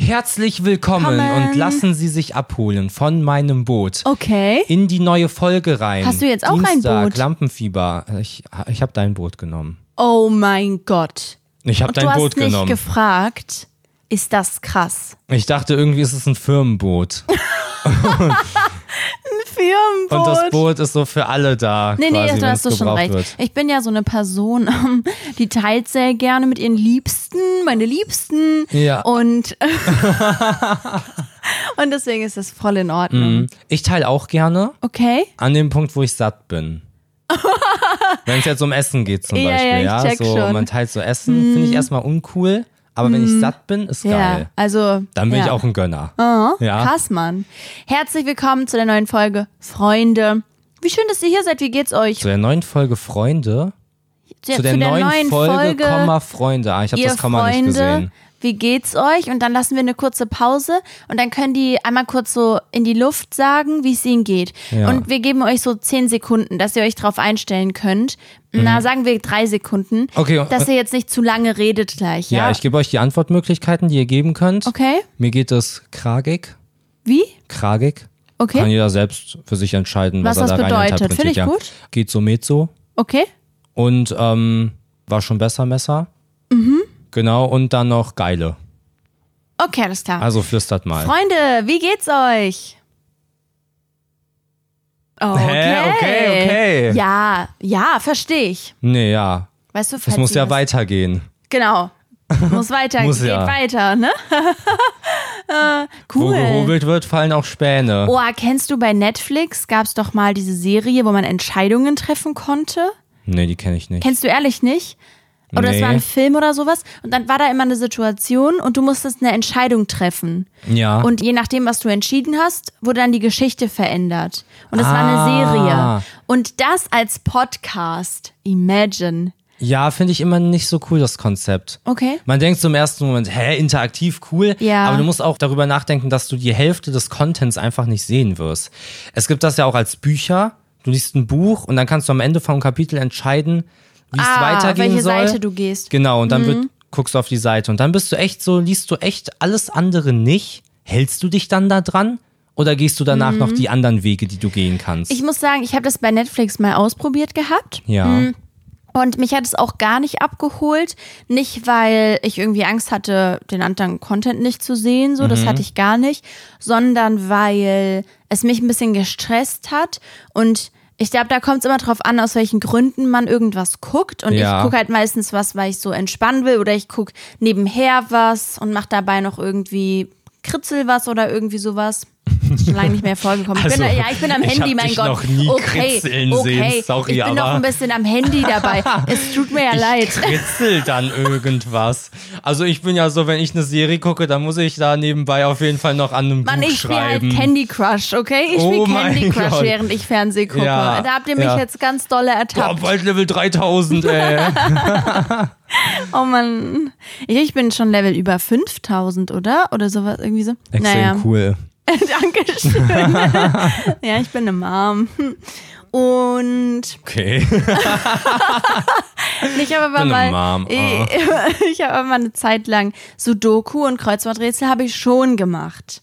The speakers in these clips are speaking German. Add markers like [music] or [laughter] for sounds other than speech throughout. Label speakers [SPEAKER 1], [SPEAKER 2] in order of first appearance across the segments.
[SPEAKER 1] herzlich willkommen
[SPEAKER 2] Willkommen.
[SPEAKER 1] und lassen Sie sich abholen von meinem Boot.
[SPEAKER 2] Okay.
[SPEAKER 1] In die neue Folge rein.
[SPEAKER 2] Oh. Hast du jetzt auch ein
[SPEAKER 1] Dienstag,
[SPEAKER 2] Boot?
[SPEAKER 1] Lampenfieber. Ich, ich habe dein Boot genommen.
[SPEAKER 2] Oh mein Gott.
[SPEAKER 1] Ich habe
[SPEAKER 2] Und du
[SPEAKER 1] dein
[SPEAKER 2] hast
[SPEAKER 1] Boot
[SPEAKER 2] nicht
[SPEAKER 1] genommen.
[SPEAKER 2] gefragt, ist das krass?
[SPEAKER 1] Ich dachte, irgendwie ist es ein
[SPEAKER 2] [laughs]
[SPEAKER 1] Firmenboot.
[SPEAKER 2] Firmenboot.
[SPEAKER 1] Und das Boot ist so für alle da.
[SPEAKER 2] Nee, nee,
[SPEAKER 1] quasi,
[SPEAKER 2] da hast
[SPEAKER 1] wenn's
[SPEAKER 2] du schon
[SPEAKER 1] gebraucht
[SPEAKER 2] recht.
[SPEAKER 1] Wird.
[SPEAKER 2] Ich bin ja so eine Person, ähm, die teilt sehr gerne mit ihren Liebsten, meine Liebsten.
[SPEAKER 1] Ja.
[SPEAKER 2] Und, [laughs] und deswegen ist das voll in Ordnung.
[SPEAKER 1] Hm. Ich teile auch gerne
[SPEAKER 2] Okay?
[SPEAKER 1] an dem Punkt, wo ich satt
[SPEAKER 2] [laughs]
[SPEAKER 1] bin. wenn es jetzt um Essen geht zum
[SPEAKER 2] Ja, ja,
[SPEAKER 1] Beispiel,
[SPEAKER 2] ich
[SPEAKER 1] ja,
[SPEAKER 2] check
[SPEAKER 1] so
[SPEAKER 2] schon. Hm.
[SPEAKER 1] man teilt so Essen, finde ich erstmal uncool, aber wenn ich satt bin, ist geil.
[SPEAKER 2] Ja, also.
[SPEAKER 1] Dann bin
[SPEAKER 2] ja. Oh,
[SPEAKER 1] ich auch ein Gönner. ja.
[SPEAKER 2] Krass, Mann. Herzlich willkommen zu der neuen Folge Freunde. Wie schön, dass ihr hier seid. Wie geht's euch?
[SPEAKER 1] Zu der neuen Folge Freunde. zu der, neuen, Folge, Komma Freunde. Ah, ich habe
[SPEAKER 2] ihr
[SPEAKER 1] das Komma
[SPEAKER 2] Freunde,
[SPEAKER 1] nicht gesehen.
[SPEAKER 2] wie geht's euch? Und dann lassen wir eine kurze Pause und dann können die einmal kurz so in die Luft sagen, wie es ihnen geht.
[SPEAKER 1] Ja.
[SPEAKER 2] Und wir geben euch so 10 Sekunden, dass ihr euch drauf einstellen könnt. Na, sagen wir drei Sekunden,
[SPEAKER 1] Mhm. Okay, und-
[SPEAKER 2] dass ihr jetzt nicht zu lange redet gleich.
[SPEAKER 1] Ja,
[SPEAKER 2] Ja,
[SPEAKER 1] ich gebe euch die Antwortmöglichkeiten, die ihr geben könnt.
[SPEAKER 2] Okay.
[SPEAKER 1] Mir geht es kragig,
[SPEAKER 2] Wie?
[SPEAKER 1] kragig. Kann
[SPEAKER 2] Okay.
[SPEAKER 1] jeder selbst für sich entscheiden, was,
[SPEAKER 2] Was
[SPEAKER 1] er
[SPEAKER 2] das
[SPEAKER 1] da rein
[SPEAKER 2] bedeutet. Finde ich
[SPEAKER 1] interpretiert,
[SPEAKER 2] gut.
[SPEAKER 1] Ja. Geht so, met so.
[SPEAKER 2] Okay.
[SPEAKER 1] Und ähm, war schon besser, Messer. Mhm. Genau, und dann noch geile.
[SPEAKER 2] Okay, alles klar.
[SPEAKER 1] Also flüstert mal.
[SPEAKER 2] Freunde, wie geht's euch? Okay.
[SPEAKER 1] Hä? Okay, okay.
[SPEAKER 2] Ja, ja, verstehe ich.
[SPEAKER 1] nee, ja.
[SPEAKER 2] Weißt du,
[SPEAKER 1] Es
[SPEAKER 2] falls
[SPEAKER 1] muss
[SPEAKER 2] ihr
[SPEAKER 1] ja
[SPEAKER 2] was-
[SPEAKER 1] weitergehen.
[SPEAKER 2] Genau. Muss weiter,
[SPEAKER 1] Muss
[SPEAKER 2] geht
[SPEAKER 1] ja.
[SPEAKER 2] weiter, ne? [laughs] Äh,
[SPEAKER 1] Wo
[SPEAKER 2] cool.
[SPEAKER 1] gehobelt wird, fallen auch Späne.
[SPEAKER 2] Oh, kennst du bei Netflix gab's doch mal diese Serie, wo man Entscheidungen treffen konnte?
[SPEAKER 1] Nee, die kenne ich nicht.
[SPEAKER 2] Kennst du ehrlich nicht? Oder es
[SPEAKER 1] Nee.
[SPEAKER 2] war ein Film oder sowas. Und dann war da immer eine Situation und du musstest eine Entscheidung treffen.
[SPEAKER 1] ja.
[SPEAKER 2] Und je nachdem, was du entschieden hast, wurde dann die Geschichte verändert. Und es war eine
[SPEAKER 1] Ah.
[SPEAKER 2] Serie. Und das als Podcast. Imagine.
[SPEAKER 1] Ja, finde ich immer nicht so cool, das Konzept.
[SPEAKER 2] Okay.
[SPEAKER 1] Man denkt so im ersten Moment, hä, interaktiv, cool.
[SPEAKER 2] Ja.
[SPEAKER 1] Aber du musst auch darüber nachdenken, dass du die Hälfte des Contents einfach nicht sehen wirst. Es gibt das ja auch als Bücher. Du liest ein Buch und dann kannst du am Ende vom Kapitel entscheiden, wie es
[SPEAKER 2] Ah,
[SPEAKER 1] weitergehen
[SPEAKER 2] welche
[SPEAKER 1] soll.
[SPEAKER 2] Seite du gehst. Mhm.
[SPEAKER 1] Genau, und dann wird, guckst du auf die Seite und dann bist du echt so, liest du echt alles andere nicht? Hältst du dich dann da dran? Oder gehst du danach noch die anderen Wege, die du gehen kannst?
[SPEAKER 2] Mhm. Ich muss sagen, ich habe das bei Netflix mal ausprobiert gehabt.
[SPEAKER 1] ja.
[SPEAKER 2] Und mich hat es auch gar nicht abgeholt. Nicht, weil ich irgendwie Angst hatte, den anderen Content nicht zu sehen, so,
[SPEAKER 1] Mhm.
[SPEAKER 2] das hatte ich gar nicht, sondern weil es mich ein bisschen gestresst hat. Und ich glaube, da kommt es immer drauf an, aus welchen Gründen man irgendwas guckt. Und
[SPEAKER 1] Ja.
[SPEAKER 2] ich gucke halt meistens was, weil ich so entspannen will oder ich gucke nebenher was und mache dabei noch irgendwie Kritzel was oder irgendwie sowas. Ist Schon lange nicht mehr vorgekommen. ich,
[SPEAKER 1] [laughs]
[SPEAKER 2] bin,
[SPEAKER 1] Also,
[SPEAKER 2] ja, ich bin am
[SPEAKER 1] ich
[SPEAKER 2] Handy,
[SPEAKER 1] hab
[SPEAKER 2] mein
[SPEAKER 1] dich
[SPEAKER 2] Gott.
[SPEAKER 1] noch nie
[SPEAKER 2] okay,
[SPEAKER 1] kritzeln
[SPEAKER 2] okay.
[SPEAKER 1] sehen, sorry,
[SPEAKER 2] ich bin noch
[SPEAKER 1] aber-
[SPEAKER 2] ein bisschen am Handy
[SPEAKER 1] [laughs]
[SPEAKER 2] dabei. es tut mir ja
[SPEAKER 1] Ich
[SPEAKER 2] leid.
[SPEAKER 1] kritzel dann irgendwas. Also ich bin ja so, wenn ich eine Serie gucke, dann muss ich da nebenbei auf jeden Fall noch an einem
[SPEAKER 2] Mann,
[SPEAKER 1] Buch
[SPEAKER 2] ich spiele halt
[SPEAKER 1] schreiben.
[SPEAKER 2] Candy Crush, okay? Ich
[SPEAKER 1] Oh
[SPEAKER 2] spiele
[SPEAKER 1] mein
[SPEAKER 2] Candy Crush,
[SPEAKER 1] Gott.
[SPEAKER 2] während ich Fernseh gucke.
[SPEAKER 1] Ja,
[SPEAKER 2] Da habt ihr mich
[SPEAKER 1] ja.
[SPEAKER 2] jetzt ganz dolle
[SPEAKER 1] Boah,
[SPEAKER 2] ertappt.
[SPEAKER 1] bald Level 3000, ey.
[SPEAKER 2] Oh Mann. Ich bin schon Level über 5000, oder? Oder sowas, irgendwie so. naja. [laughs]
[SPEAKER 1] cool.
[SPEAKER 2] Dankeschön.
[SPEAKER 1] [laughs]
[SPEAKER 2] ja, ich bin eine Mom. Und
[SPEAKER 1] Okay.
[SPEAKER 2] [laughs] Ich habe aber
[SPEAKER 1] Bin eine
[SPEAKER 2] mal,
[SPEAKER 1] Mom, ah.
[SPEAKER 2] ich habe aber mal eine Zeit lang Sudoku und Kreuzworträtsel habe ich schon gemacht.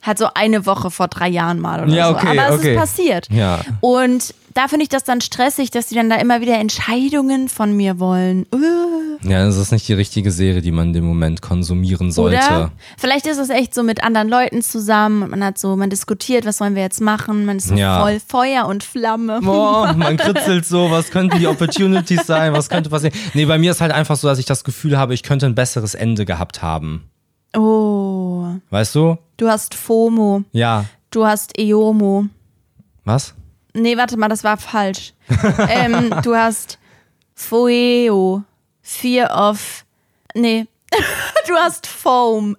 [SPEAKER 2] Hat so eine Woche vor drei Jahren mal oder
[SPEAKER 1] Ja,
[SPEAKER 2] so.
[SPEAKER 1] okay,
[SPEAKER 2] aber es
[SPEAKER 1] okay.
[SPEAKER 2] ist passiert.
[SPEAKER 1] Ja.
[SPEAKER 2] Und da finde ich das dann stressig, dass die dann da immer wieder Entscheidungen von mir wollen. Uh,
[SPEAKER 1] Ja, das ist nicht die richtige Serie, die man in dem Moment konsumieren sollte.
[SPEAKER 2] oder? Vielleicht ist es echt so mit anderen Leuten zusammen und man hat so, man diskutiert, was wollen wir jetzt machen? Man ist so
[SPEAKER 1] Ja.
[SPEAKER 2] voll Feuer und Flamme.
[SPEAKER 1] Boah, man kritzelt so, was könnten die Opportunities sein, was könnte passieren. Nee, bei mir ist halt einfach so, dass ich das Gefühl habe, ich könnte ein besseres Ende gehabt haben.
[SPEAKER 2] Oh,
[SPEAKER 1] Weißt du?
[SPEAKER 2] du hast FOMO,
[SPEAKER 1] Ja.
[SPEAKER 2] du hast E EOMO.
[SPEAKER 1] Was?
[SPEAKER 2] Nee, warte mal, das
[SPEAKER 1] [laughs]
[SPEAKER 2] war falsch. ähm, du hast Fueo, Fear of. Nee. [laughs] Du hast Foam.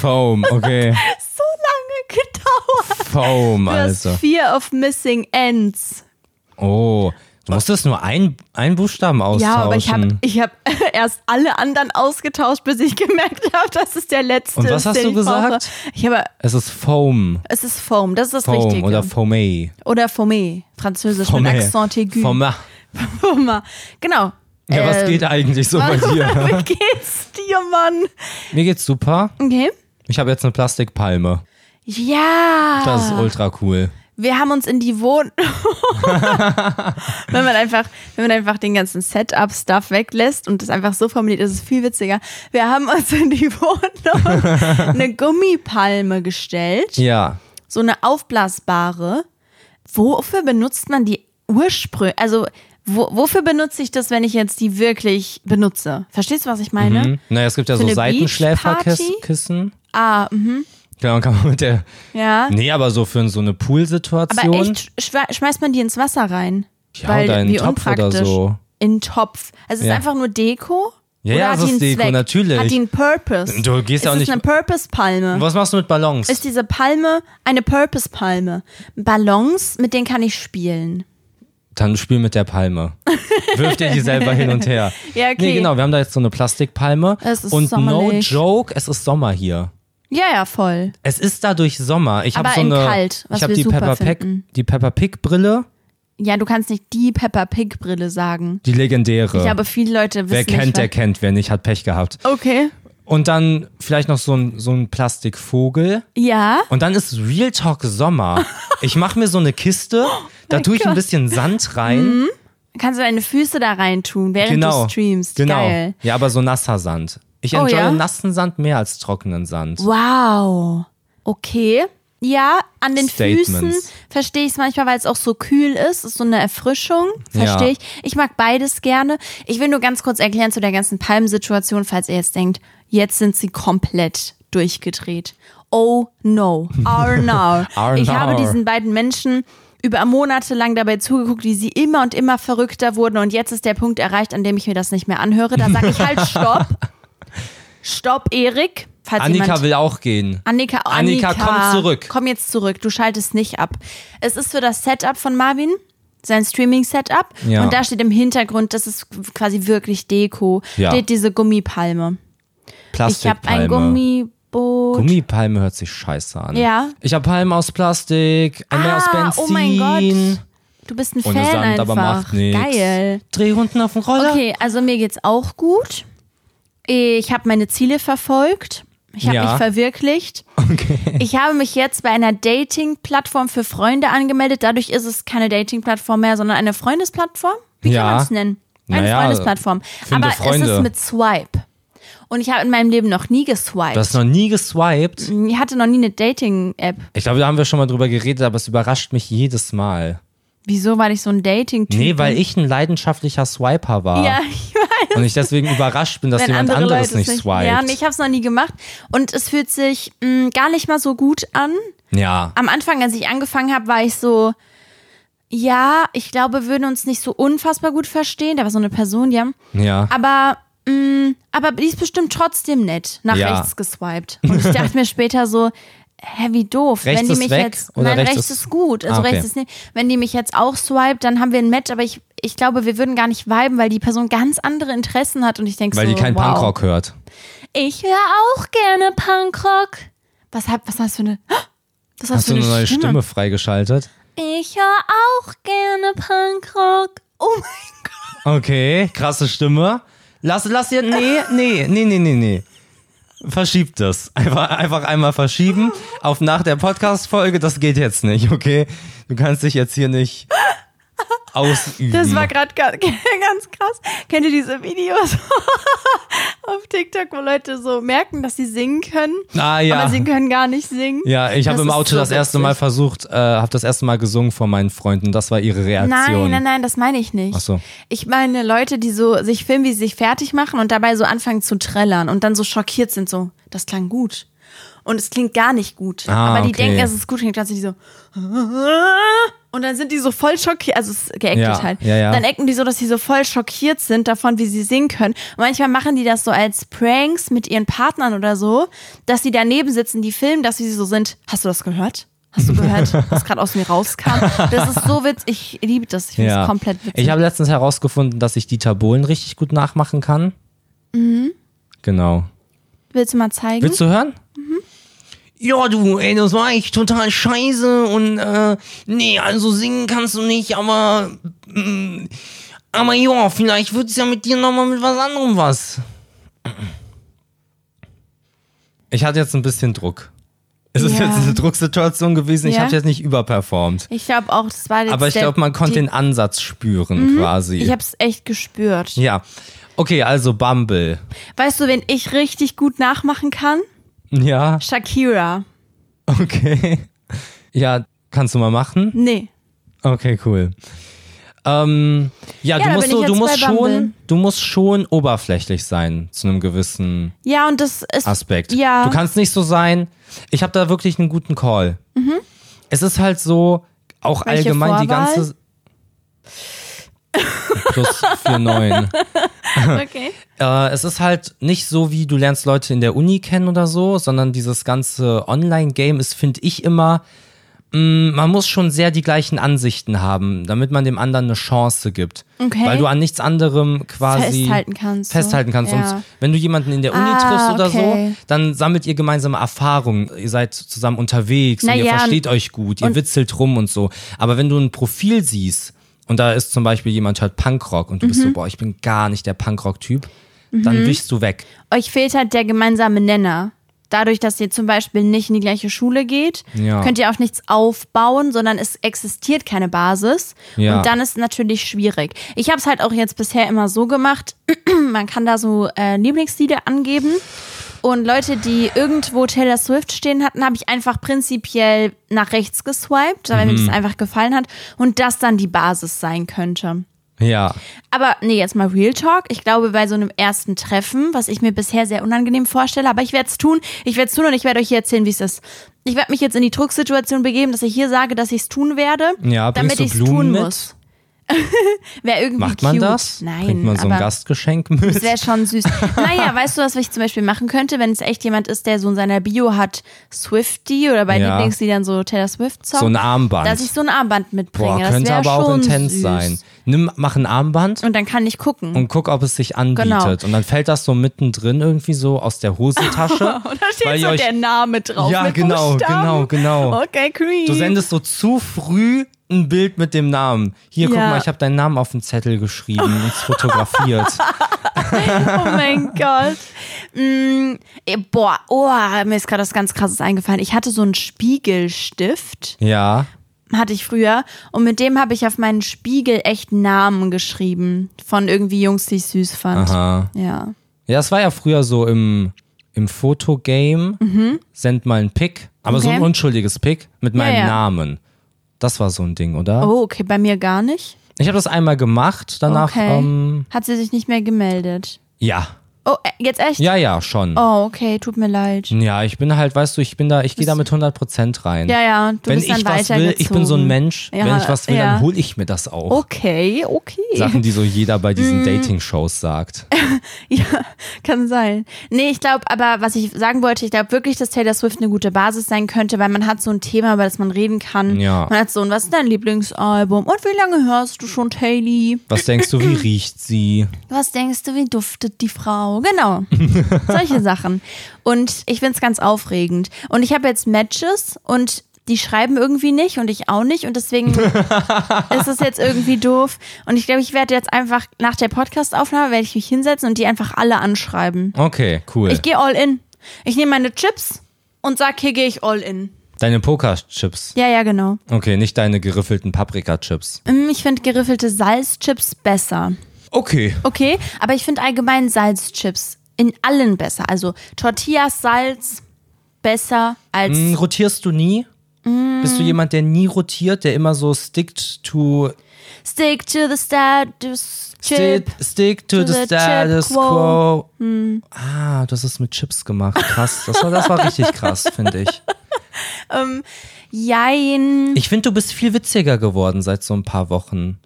[SPEAKER 1] Foam, okay.
[SPEAKER 2] [laughs] So lange [laughs] gedauert.
[SPEAKER 1] Foam,
[SPEAKER 2] Du
[SPEAKER 1] also.
[SPEAKER 2] hast Fear of Missing Ends.
[SPEAKER 1] Oh, du musstest nur ein, einen Buchstaben austauschen.
[SPEAKER 2] Ja, aber ich habe ich hab [laughs] erst alle anderen ausgetauscht, bis ich gemerkt habe, das ist der letzte.
[SPEAKER 1] Und was hast
[SPEAKER 2] den
[SPEAKER 1] du
[SPEAKER 2] ich brauche.
[SPEAKER 1] gesagt?
[SPEAKER 2] Ich habe,
[SPEAKER 1] es ist Foam.
[SPEAKER 2] es ist Foam, das ist das
[SPEAKER 1] Foam
[SPEAKER 2] Richtige.
[SPEAKER 1] oder Foamé.
[SPEAKER 2] oder Fomé, französisch mit
[SPEAKER 1] Foamé.
[SPEAKER 2] Accent aigu.
[SPEAKER 1] Foamé.
[SPEAKER 2] Foma. Genau.
[SPEAKER 1] Ja, was
[SPEAKER 2] Ähm, [laughs]
[SPEAKER 1] geht eigentlich so bei dir?
[SPEAKER 2] Wie geht's dir, Mann?
[SPEAKER 1] Mir geht's super.
[SPEAKER 2] Okay.
[SPEAKER 1] Ich habe jetzt eine Plastikpalme.
[SPEAKER 2] Ja.
[SPEAKER 1] Das ist ultra cool.
[SPEAKER 2] wir haben uns in die
[SPEAKER 1] [laughs]
[SPEAKER 2] Wohnung. wenn man einfach, wenn man einfach den ganzen Setup-Stuff weglässt und das einfach so formuliert, ist es viel witziger. Wir haben uns in die Wohnung
[SPEAKER 1] [laughs]
[SPEAKER 2] eine Gummipalme gestellt,
[SPEAKER 1] Ja.
[SPEAKER 2] so eine aufblasbare. Wofür benutzt man die ursprünglich? Also wo, wofür benutze ich das, wenn ich jetzt die wirklich benutze? Verstehst du, was ich meine?
[SPEAKER 1] Hm? Naja, es gibt ja
[SPEAKER 2] Für
[SPEAKER 1] so
[SPEAKER 2] eine Beachparty?
[SPEAKER 1] Seitenschläferkissen.
[SPEAKER 2] Ah, mhm.
[SPEAKER 1] Genau, kann man mit der.
[SPEAKER 2] ja.
[SPEAKER 1] Nee, aber so für so eine Poolsituation.
[SPEAKER 2] Aber echt, schwe- schmeißt man die ins Wasser rein?
[SPEAKER 1] Ja, oder in den Topf oder so.
[SPEAKER 2] In den Topf. Also es ist
[SPEAKER 1] Ja.
[SPEAKER 2] einfach nur Deko?
[SPEAKER 1] Ja,
[SPEAKER 2] oder
[SPEAKER 1] ja,
[SPEAKER 2] hat
[SPEAKER 1] es
[SPEAKER 2] die
[SPEAKER 1] ist
[SPEAKER 2] einen
[SPEAKER 1] Deko,
[SPEAKER 2] Zweck?
[SPEAKER 1] natürlich.
[SPEAKER 2] Hat die einen Purpose?
[SPEAKER 1] Du gehst
[SPEAKER 2] ist
[SPEAKER 1] ja auch
[SPEAKER 2] es
[SPEAKER 1] nicht-
[SPEAKER 2] eine Purpose-Palme?
[SPEAKER 1] Was machst du mit Ballons?
[SPEAKER 2] Ist diese Palme eine Purpose-Palme? Ballons, mit denen kann ich spielen.
[SPEAKER 1] Dann spiel mit der
[SPEAKER 2] [laughs]
[SPEAKER 1] Palme. Wirf dir die selber hin und her.
[SPEAKER 2] Ja, okay.
[SPEAKER 1] Nee, genau, wir haben da jetzt so eine Plastikpalme.
[SPEAKER 2] Es ist
[SPEAKER 1] und no
[SPEAKER 2] sommerlich.
[SPEAKER 1] joke, es ist Sommer hier.
[SPEAKER 2] Ja, ja, voll.
[SPEAKER 1] Es ist dadurch Sommer. Ich habe
[SPEAKER 2] Aber
[SPEAKER 1] so
[SPEAKER 2] in
[SPEAKER 1] eine
[SPEAKER 2] kalt, was
[SPEAKER 1] ich habe
[SPEAKER 2] wir
[SPEAKER 1] die
[SPEAKER 2] super
[SPEAKER 1] Peppa Pig,
[SPEAKER 2] finden.
[SPEAKER 1] die Peppa Pig Brille,
[SPEAKER 2] Ja, du kannst nicht die Peppa Pig Brille sagen.
[SPEAKER 1] die legendäre.
[SPEAKER 2] Ich glaube, viele Leute wissen
[SPEAKER 1] Wer kennt,
[SPEAKER 2] nicht.
[SPEAKER 1] der kennt, wer nicht hat Pech gehabt.
[SPEAKER 2] wa- Okay.
[SPEAKER 1] Und dann vielleicht noch so ein so ein Plastikvogel
[SPEAKER 2] Ja.
[SPEAKER 1] und dann ist Real Talk Sommer.
[SPEAKER 2] [laughs]
[SPEAKER 1] Ich mache mir so eine Kiste, da tue ich ein
[SPEAKER 2] Oh Gott.
[SPEAKER 1] bisschen Sand rein.
[SPEAKER 2] Kannst du deine Füße da rein tun, während
[SPEAKER 1] genau.
[SPEAKER 2] du streamst.
[SPEAKER 1] Genau.
[SPEAKER 2] Geil.
[SPEAKER 1] Ja, aber so nasser Sand. Ich
[SPEAKER 2] Oh,
[SPEAKER 1] enjoye
[SPEAKER 2] ja?
[SPEAKER 1] nassen Sand mehr als trockenen Sand.
[SPEAKER 2] Wow. Okay. Ja, an den
[SPEAKER 1] Statements.
[SPEAKER 2] Füßen verstehe ich es manchmal, weil es auch so kühl ist. Ist so eine Erfrischung. Verstehe
[SPEAKER 1] Ja.
[SPEAKER 2] ich. Ich mag beides gerne. Ich will nur ganz kurz erklären zu der ganzen Palmensituation, falls ihr jetzt denkt, jetzt sind sie komplett durchgedreht. Oh no. Are now.
[SPEAKER 1] [laughs] Are
[SPEAKER 2] ich habe
[SPEAKER 1] now.
[SPEAKER 2] diesen beiden Menschen über Monate lang dabei zugeguckt, wie sie immer und immer verrückter wurden. Und jetzt ist der Punkt erreicht, an dem ich mir das nicht mehr anhöre. Da sage
[SPEAKER 1] [laughs]
[SPEAKER 2] ich halt Stopp. Stopp, Erik. Falls jemand
[SPEAKER 1] Annika will auch gehen.
[SPEAKER 2] Annika, oh, Annika,
[SPEAKER 1] Annika, komm zurück.
[SPEAKER 2] Komm jetzt zurück. Du schaltest nicht ab. Es ist für das Setup von Marvin, sein Streaming-Setup.
[SPEAKER 1] Ja.
[SPEAKER 2] Und da steht im Hintergrund, das ist quasi wirklich Deko,
[SPEAKER 1] Ja.
[SPEAKER 2] steht diese Gummipalme. Ich habe
[SPEAKER 1] Plastikpalme.
[SPEAKER 2] ein Gummiboot.
[SPEAKER 1] Gummipalme hört sich scheiße an.
[SPEAKER 2] Ja.
[SPEAKER 1] Ich habe Palmen aus Plastik, ein Meer aus
[SPEAKER 2] ah,
[SPEAKER 1] Benzin.
[SPEAKER 2] oh mein Gott. Du bist ein
[SPEAKER 1] Ohne
[SPEAKER 2] Fan
[SPEAKER 1] Sand,
[SPEAKER 2] einfach.
[SPEAKER 1] aber macht nichts.
[SPEAKER 2] Geil.
[SPEAKER 1] Drehrunden auf dem Roller.
[SPEAKER 2] Okay, also mir geht's auch gut. Ich habe meine Ziele verfolgt. Ich habe
[SPEAKER 1] Ja.
[SPEAKER 2] mich verwirklicht. Ich habe mich jetzt bei einer Dating-Plattform für Freunde angemeldet. Dadurch ist es keine Dating-Plattform mehr, sondern eine Freundesplattform. Wie
[SPEAKER 1] Ja.
[SPEAKER 2] kann man es nennen? Eine
[SPEAKER 1] Naja,
[SPEAKER 2] Freundesplattform.
[SPEAKER 1] finde
[SPEAKER 2] Aber es
[SPEAKER 1] Freunde.
[SPEAKER 2] ist mit Swipe. Und ich habe in meinem Leben noch nie geswiped.
[SPEAKER 1] Du hast noch nie geswiped.
[SPEAKER 2] ich hatte noch nie eine Dating-App.
[SPEAKER 1] Ich glaube, da haben wir schon mal drüber geredet, aber es überrascht mich jedes Mal.
[SPEAKER 2] Wieso, weil ich so ein Dating-Typ
[SPEAKER 1] Nee, weil ich ein leidenschaftlicher Swiper war.
[SPEAKER 2] Ja, [laughs] ich weiß.
[SPEAKER 1] Und ich deswegen überrascht bin, dass
[SPEAKER 2] wenn
[SPEAKER 1] jemand
[SPEAKER 2] andere
[SPEAKER 1] anderes
[SPEAKER 2] Leute es
[SPEAKER 1] nicht swiped.
[SPEAKER 2] Ja, und ich habe es noch nie gemacht. Und es fühlt sich mh, gar nicht mal so gut an.
[SPEAKER 1] ja.
[SPEAKER 2] Am Anfang, als ich angefangen habe, war ich so, ja, ich glaube, wir würden uns nicht so unfassbar gut verstehen. Da war so eine Person, ja.
[SPEAKER 1] ja.
[SPEAKER 2] Aber, mh, aber die ist bestimmt trotzdem nett nach
[SPEAKER 1] Ja.
[SPEAKER 2] rechts geswiped. Und ich dachte mir später so, hä, wie doof.
[SPEAKER 1] Rechts
[SPEAKER 2] wenn die
[SPEAKER 1] ist
[SPEAKER 2] mich
[SPEAKER 1] weg
[SPEAKER 2] jetzt,
[SPEAKER 1] oder
[SPEAKER 2] nein,
[SPEAKER 1] rechts
[SPEAKER 2] rechts
[SPEAKER 1] ist-
[SPEAKER 2] ist gut. Also
[SPEAKER 1] Ah, okay.
[SPEAKER 2] rechts ist nicht. Wenn die mich jetzt auch swiped, dann haben wir ein Match, aber ich, ich glaube, wir würden gar nicht viben, weil die Person ganz andere Interessen hat und ich denke so,
[SPEAKER 1] Weil die kein
[SPEAKER 2] wow.
[SPEAKER 1] Punkrock hört.
[SPEAKER 2] Ich höre auch gerne Punkrock. Was, hab, was hast du für eine... [gasps] Das
[SPEAKER 1] Hast du eine neue Stimme, freigeschaltet?
[SPEAKER 2] Ich höre auch gerne Punkrock. Oh mein Gott.
[SPEAKER 1] Okay, krasse Stimme. Lass, lass ihr. Nee, nee, nee, nee, nee, nee. Verschiebt das. Einfach, einfach einmal verschieben. Auf nach der Podcast-Folge, das geht jetzt nicht, okay? Du kannst dich jetzt hier nicht ausüben.
[SPEAKER 2] Das war gerade ganz, [laughs] ganz krass. Kennt ihr diese Videos [laughs] auf TikTok, wo Leute so merken, dass sie singen können,
[SPEAKER 1] ah, ja.
[SPEAKER 2] aber sie können gar nicht singen?
[SPEAKER 1] Ja, ich habe
[SPEAKER 2] Das
[SPEAKER 1] im
[SPEAKER 2] ist
[SPEAKER 1] Auto
[SPEAKER 2] so
[SPEAKER 1] das erste
[SPEAKER 2] witzig.
[SPEAKER 1] Mal versucht, äh, habe das erste Mal gesungen vor meinen Freunden. Das war ihre Reaktion.
[SPEAKER 2] Nein, nein, nein, das meine ich nicht.
[SPEAKER 1] Ach so.
[SPEAKER 2] Ich meine Leute, die so sich filmen, wie sie sich fertig machen und dabei so anfangen zu trällern und dann so schockiert sind, so, das klang gut. Und es klingt gar nicht gut.
[SPEAKER 1] Ah,
[SPEAKER 2] Aber die
[SPEAKER 1] okay.
[SPEAKER 2] denken, dass es gut klingt, dann sind die so. Und dann sind die so voll schockiert, also es ist geactet
[SPEAKER 1] Ja,
[SPEAKER 2] halt.
[SPEAKER 1] ja, ja.
[SPEAKER 2] Dann ecken die so, dass die so voll schockiert sind davon, wie sie singen können. Und manchmal machen die das so als Pranks mit ihren Partnern oder so, dass sie daneben sitzen, die filmen, dass sie so sind. Hast du das gehört? Hast
[SPEAKER 1] [laughs]
[SPEAKER 2] du gehört, was gerade aus mir rauskam? Das ist so witzig. Ich liebe das. Ich finde es
[SPEAKER 1] Ja.
[SPEAKER 2] komplett witzig.
[SPEAKER 1] Ich habe letztens herausgefunden, dass ich Dieter Bohlen richtig gut nachmachen kann. Mhm. Genau.
[SPEAKER 2] Willst du mal zeigen?
[SPEAKER 1] Willst du hören?
[SPEAKER 2] Mhm.
[SPEAKER 1] Ja, du, ey, das war echt total scheiße und äh, nee, also singen kannst du nicht, aber mm, aber ja, vielleicht wird's ja mit dir nochmal mit was anderem was. Ich hatte jetzt ein bisschen Druck. Es ist
[SPEAKER 2] Ja.
[SPEAKER 1] jetzt eine Drucksituation gewesen. Ich
[SPEAKER 2] Ja.
[SPEAKER 1] habe jetzt nicht überperformt.
[SPEAKER 2] Ich glaube auch, das war jetzt
[SPEAKER 1] Aber ich
[SPEAKER 2] der-
[SPEAKER 1] glaube, man konnte
[SPEAKER 2] die- Mhm.
[SPEAKER 1] den Ansatz spüren quasi.
[SPEAKER 2] Ich habe es echt gespürt.
[SPEAKER 1] ja. Okay, also Bumble.
[SPEAKER 2] Weißt du, wen ich richtig gut nachmachen kann?
[SPEAKER 1] Ja,
[SPEAKER 2] Shakira.
[SPEAKER 1] okay. Ja, kannst du mal machen?
[SPEAKER 2] Nee.
[SPEAKER 1] Okay, cool. Ähm, ja,
[SPEAKER 2] Ja,
[SPEAKER 1] du
[SPEAKER 2] da
[SPEAKER 1] musst,
[SPEAKER 2] bin ich
[SPEAKER 1] so, du,
[SPEAKER 2] jetzt
[SPEAKER 1] musst
[SPEAKER 2] bei Bumble.
[SPEAKER 1] schon, du musst schon oberflächlich sein zu einem gewissen
[SPEAKER 2] Ja, und das ist.
[SPEAKER 1] Aspekt.
[SPEAKER 2] Ja.
[SPEAKER 1] Du kannst nicht so sein. Ich habe da wirklich einen guten Call. Es ist halt so, auch
[SPEAKER 2] Mhm. Welche
[SPEAKER 1] allgemein die
[SPEAKER 2] Vorwahl?
[SPEAKER 1] ganze. Plus 4,9.
[SPEAKER 2] okay.
[SPEAKER 1] Äh, es ist halt nicht so, wie du lernst Leute in der Uni kennen oder so, sondern dieses ganze Online-Game ist, finde ich, immer, mh, man muss schon sehr die gleichen Ansichten haben, damit man dem anderen eine Chance gibt.
[SPEAKER 2] Okay.
[SPEAKER 1] Weil du an nichts anderem quasi
[SPEAKER 2] Festhalten kannst, so.
[SPEAKER 1] Festhalten kannst.
[SPEAKER 2] Ja.
[SPEAKER 1] Und wenn du jemanden in der Uni
[SPEAKER 2] Ah,
[SPEAKER 1] triffst oder
[SPEAKER 2] okay.
[SPEAKER 1] so, dann sammelt ihr gemeinsame Erfahrungen. Ihr seid zusammen unterwegs
[SPEAKER 2] Na
[SPEAKER 1] und ihr
[SPEAKER 2] ja,
[SPEAKER 1] versteht euch gut, ihr witzelt rum und so. Aber wenn du ein Profil siehst und da ist zum Beispiel jemand hört Punkrock und du
[SPEAKER 2] Mhm.
[SPEAKER 1] bist so, boah, ich bin gar nicht der Punkrock-Typ, dann wischst du weg.
[SPEAKER 2] Euch fehlt halt der gemeinsame Nenner. Dadurch, dass ihr zum Beispiel nicht in die gleiche Schule geht,
[SPEAKER 1] Ja.
[SPEAKER 2] könnt ihr auch nichts aufbauen, sondern es existiert keine Basis.
[SPEAKER 1] Ja.
[SPEAKER 2] Und dann ist es natürlich schwierig. Ich habe es halt auch jetzt bisher immer so gemacht, [clears throat] man kann da so äh, Lieblingslieder angeben. Und Leute, die irgendwo Taylor Swift stehen hatten, habe ich einfach prinzipiell nach rechts geswiped, weil
[SPEAKER 1] Mhm.
[SPEAKER 2] mir das einfach gefallen hat. Und das dann die Basis sein könnte.
[SPEAKER 1] Ja.
[SPEAKER 2] Aber nee, jetzt mal Real Talk. Ich glaube, bei so einem ersten Treffen, was ich mir bisher sehr unangenehm vorstelle, aber ich werde es tun. Ich werde es tun und ich werde euch hier erzählen, wie es ist. Ich werde mich jetzt in die Drucksituation begeben, dass ich hier sage, dass ich es tun werde,
[SPEAKER 1] Ja,
[SPEAKER 2] damit
[SPEAKER 1] bringst du
[SPEAKER 2] ich es
[SPEAKER 1] Blumen
[SPEAKER 2] tun
[SPEAKER 1] mit?
[SPEAKER 2] muss. wäre irgendwie
[SPEAKER 1] Macht man
[SPEAKER 2] cute.
[SPEAKER 1] das?
[SPEAKER 2] Nein,
[SPEAKER 1] Bringt man so ein
[SPEAKER 2] aber
[SPEAKER 1] Gastgeschenk mit?
[SPEAKER 2] das wäre schon
[SPEAKER 1] [laughs]
[SPEAKER 2] süß. naja, weißt du, was ich zum Beispiel machen könnte, wenn es echt jemand ist, der so in seiner Bio hat Swifty oder bei
[SPEAKER 1] Ja.
[SPEAKER 2] Lieblingsliedern so Taylor Swift Song,
[SPEAKER 1] So ein Armband.
[SPEAKER 2] dass ich so ein Armband
[SPEAKER 1] boah,
[SPEAKER 2] mitbringe. das
[SPEAKER 1] könnte
[SPEAKER 2] wäre
[SPEAKER 1] aber
[SPEAKER 2] schon
[SPEAKER 1] auch intens
[SPEAKER 2] süß.
[SPEAKER 1] sein. Nimm, mach ein Armband
[SPEAKER 2] Und dann kann ich gucken.
[SPEAKER 1] und guck, ob es sich anbietet.
[SPEAKER 2] Genau.
[SPEAKER 1] Und dann fällt das so mittendrin irgendwie so aus
[SPEAKER 2] [laughs]
[SPEAKER 1] der Hosentasche.
[SPEAKER 2] Und da steht
[SPEAKER 1] weil
[SPEAKER 2] so
[SPEAKER 1] ihr euch,
[SPEAKER 2] der Name drauf.
[SPEAKER 1] Ja,
[SPEAKER 2] mit
[SPEAKER 1] genau, genau,
[SPEAKER 2] Buchstaben.
[SPEAKER 1] genau.
[SPEAKER 2] Okay, creepy.
[SPEAKER 1] Du sendest so zu früh ein Bild mit dem Namen. Hier, guck
[SPEAKER 2] Ja.
[SPEAKER 1] mal, ich habe deinen Namen auf den Zettel geschrieben und
[SPEAKER 2] [laughs]
[SPEAKER 1] fotografiert.
[SPEAKER 2] Oh
[SPEAKER 1] [laughs]
[SPEAKER 2] mein Gott. Mm, eh, boah, oh, mir ist gerade was ganz krasses eingefallen. Ich hatte so einen Spiegelstift,
[SPEAKER 1] Ja.
[SPEAKER 2] hatte ich früher, und mit dem habe ich auf meinen Spiegel echt Namen geschrieben. Von irgendwie Jungs, die ich süß fand.
[SPEAKER 1] Aha.
[SPEAKER 2] Ja.
[SPEAKER 1] Ja, es war ja früher so im, im Fotogame, send mal einen Pick, aber so
[SPEAKER 2] Mhm. Okay.
[SPEAKER 1] ein unschuldiges Pick mit meinem
[SPEAKER 2] ja.
[SPEAKER 1] Namen. Das war so ein Ding, oder?
[SPEAKER 2] Oh, okay, bei mir gar nicht.
[SPEAKER 1] Ich habe das einmal gemacht, danach,
[SPEAKER 2] Okay.
[SPEAKER 1] ähm,
[SPEAKER 2] Hat sie sich nicht mehr gemeldet.
[SPEAKER 1] ja.
[SPEAKER 2] Oh, äh, jetzt echt?
[SPEAKER 1] Ja, ja, schon.
[SPEAKER 2] Oh, okay, tut mir leid.
[SPEAKER 1] Ja, ich bin halt, weißt du, ich bin da, ich gehe da mit 100% rein.
[SPEAKER 2] Ja, ja, du
[SPEAKER 1] wenn
[SPEAKER 2] bist dann
[SPEAKER 1] ich was will, ich bin so ein
[SPEAKER 2] weitergezogen.
[SPEAKER 1] Mensch,
[SPEAKER 2] Ja,
[SPEAKER 1] wenn ich was will,
[SPEAKER 2] ja.
[SPEAKER 1] dann hole ich mir das auch.
[SPEAKER 2] Okay, okay.
[SPEAKER 1] Sachen, die so jeder bei
[SPEAKER 2] Mhm.
[SPEAKER 1] diesen Dating-Shows sagt.
[SPEAKER 2] [laughs] Ja, kann sein. Nee, ich glaube, aber was ich sagen wollte, ich glaube wirklich, dass Taylor Swift eine gute Basis sein könnte, weil man hat so ein Thema, über das man reden kann.
[SPEAKER 1] Ja.
[SPEAKER 2] Man hat so ein, was ist dein Lieblingsalbum? Und wie lange hörst du schon Taylor?
[SPEAKER 1] Was denkst
[SPEAKER 2] [clears throat]
[SPEAKER 1] du, wie riecht sie?
[SPEAKER 2] Was denkst du, wie duftet die Frau? Genau. Solche Sachen. Und ich find's ganz aufregend. Und ich habe jetzt Matches und die schreiben irgendwie nicht und ich auch nicht. Und deswegen ist es jetzt irgendwie doof. Und ich glaube, ich werde jetzt einfach nach der Podcast-Aufnahme, werde ich mich hinsetzen und die einfach alle anschreiben.
[SPEAKER 1] Okay, cool.
[SPEAKER 2] Ich gehe all in. Ich nehme meine Chips und sag, hier gehe ich all in.
[SPEAKER 1] deine Pokerchips.
[SPEAKER 2] Ja, ja, genau.
[SPEAKER 1] Okay, nicht deine geriffelten Paprikachips.
[SPEAKER 2] Mm, Ich finde geriffelte Salzchips besser.
[SPEAKER 1] Okay.
[SPEAKER 2] Okay, aber ich finde allgemein Salzchips in allen besser. Also Tortillas, Salz besser als.
[SPEAKER 1] Hm, Rotierst du nie?
[SPEAKER 2] Mhm.
[SPEAKER 1] Bist du jemand, der nie rotiert, der immer so stickt to
[SPEAKER 2] Stick to the status chip.
[SPEAKER 1] Stick, stick to,
[SPEAKER 2] To
[SPEAKER 1] the
[SPEAKER 2] the
[SPEAKER 1] status
[SPEAKER 2] chip
[SPEAKER 1] quo.
[SPEAKER 2] quo. Mhm.
[SPEAKER 1] Ah, das ist mit Chips gemacht. Krass. Das war, das war richtig krass, finde ich.
[SPEAKER 2] Jein.
[SPEAKER 1] Ich finde, du bist viel witziger geworden seit so ein paar Wochen.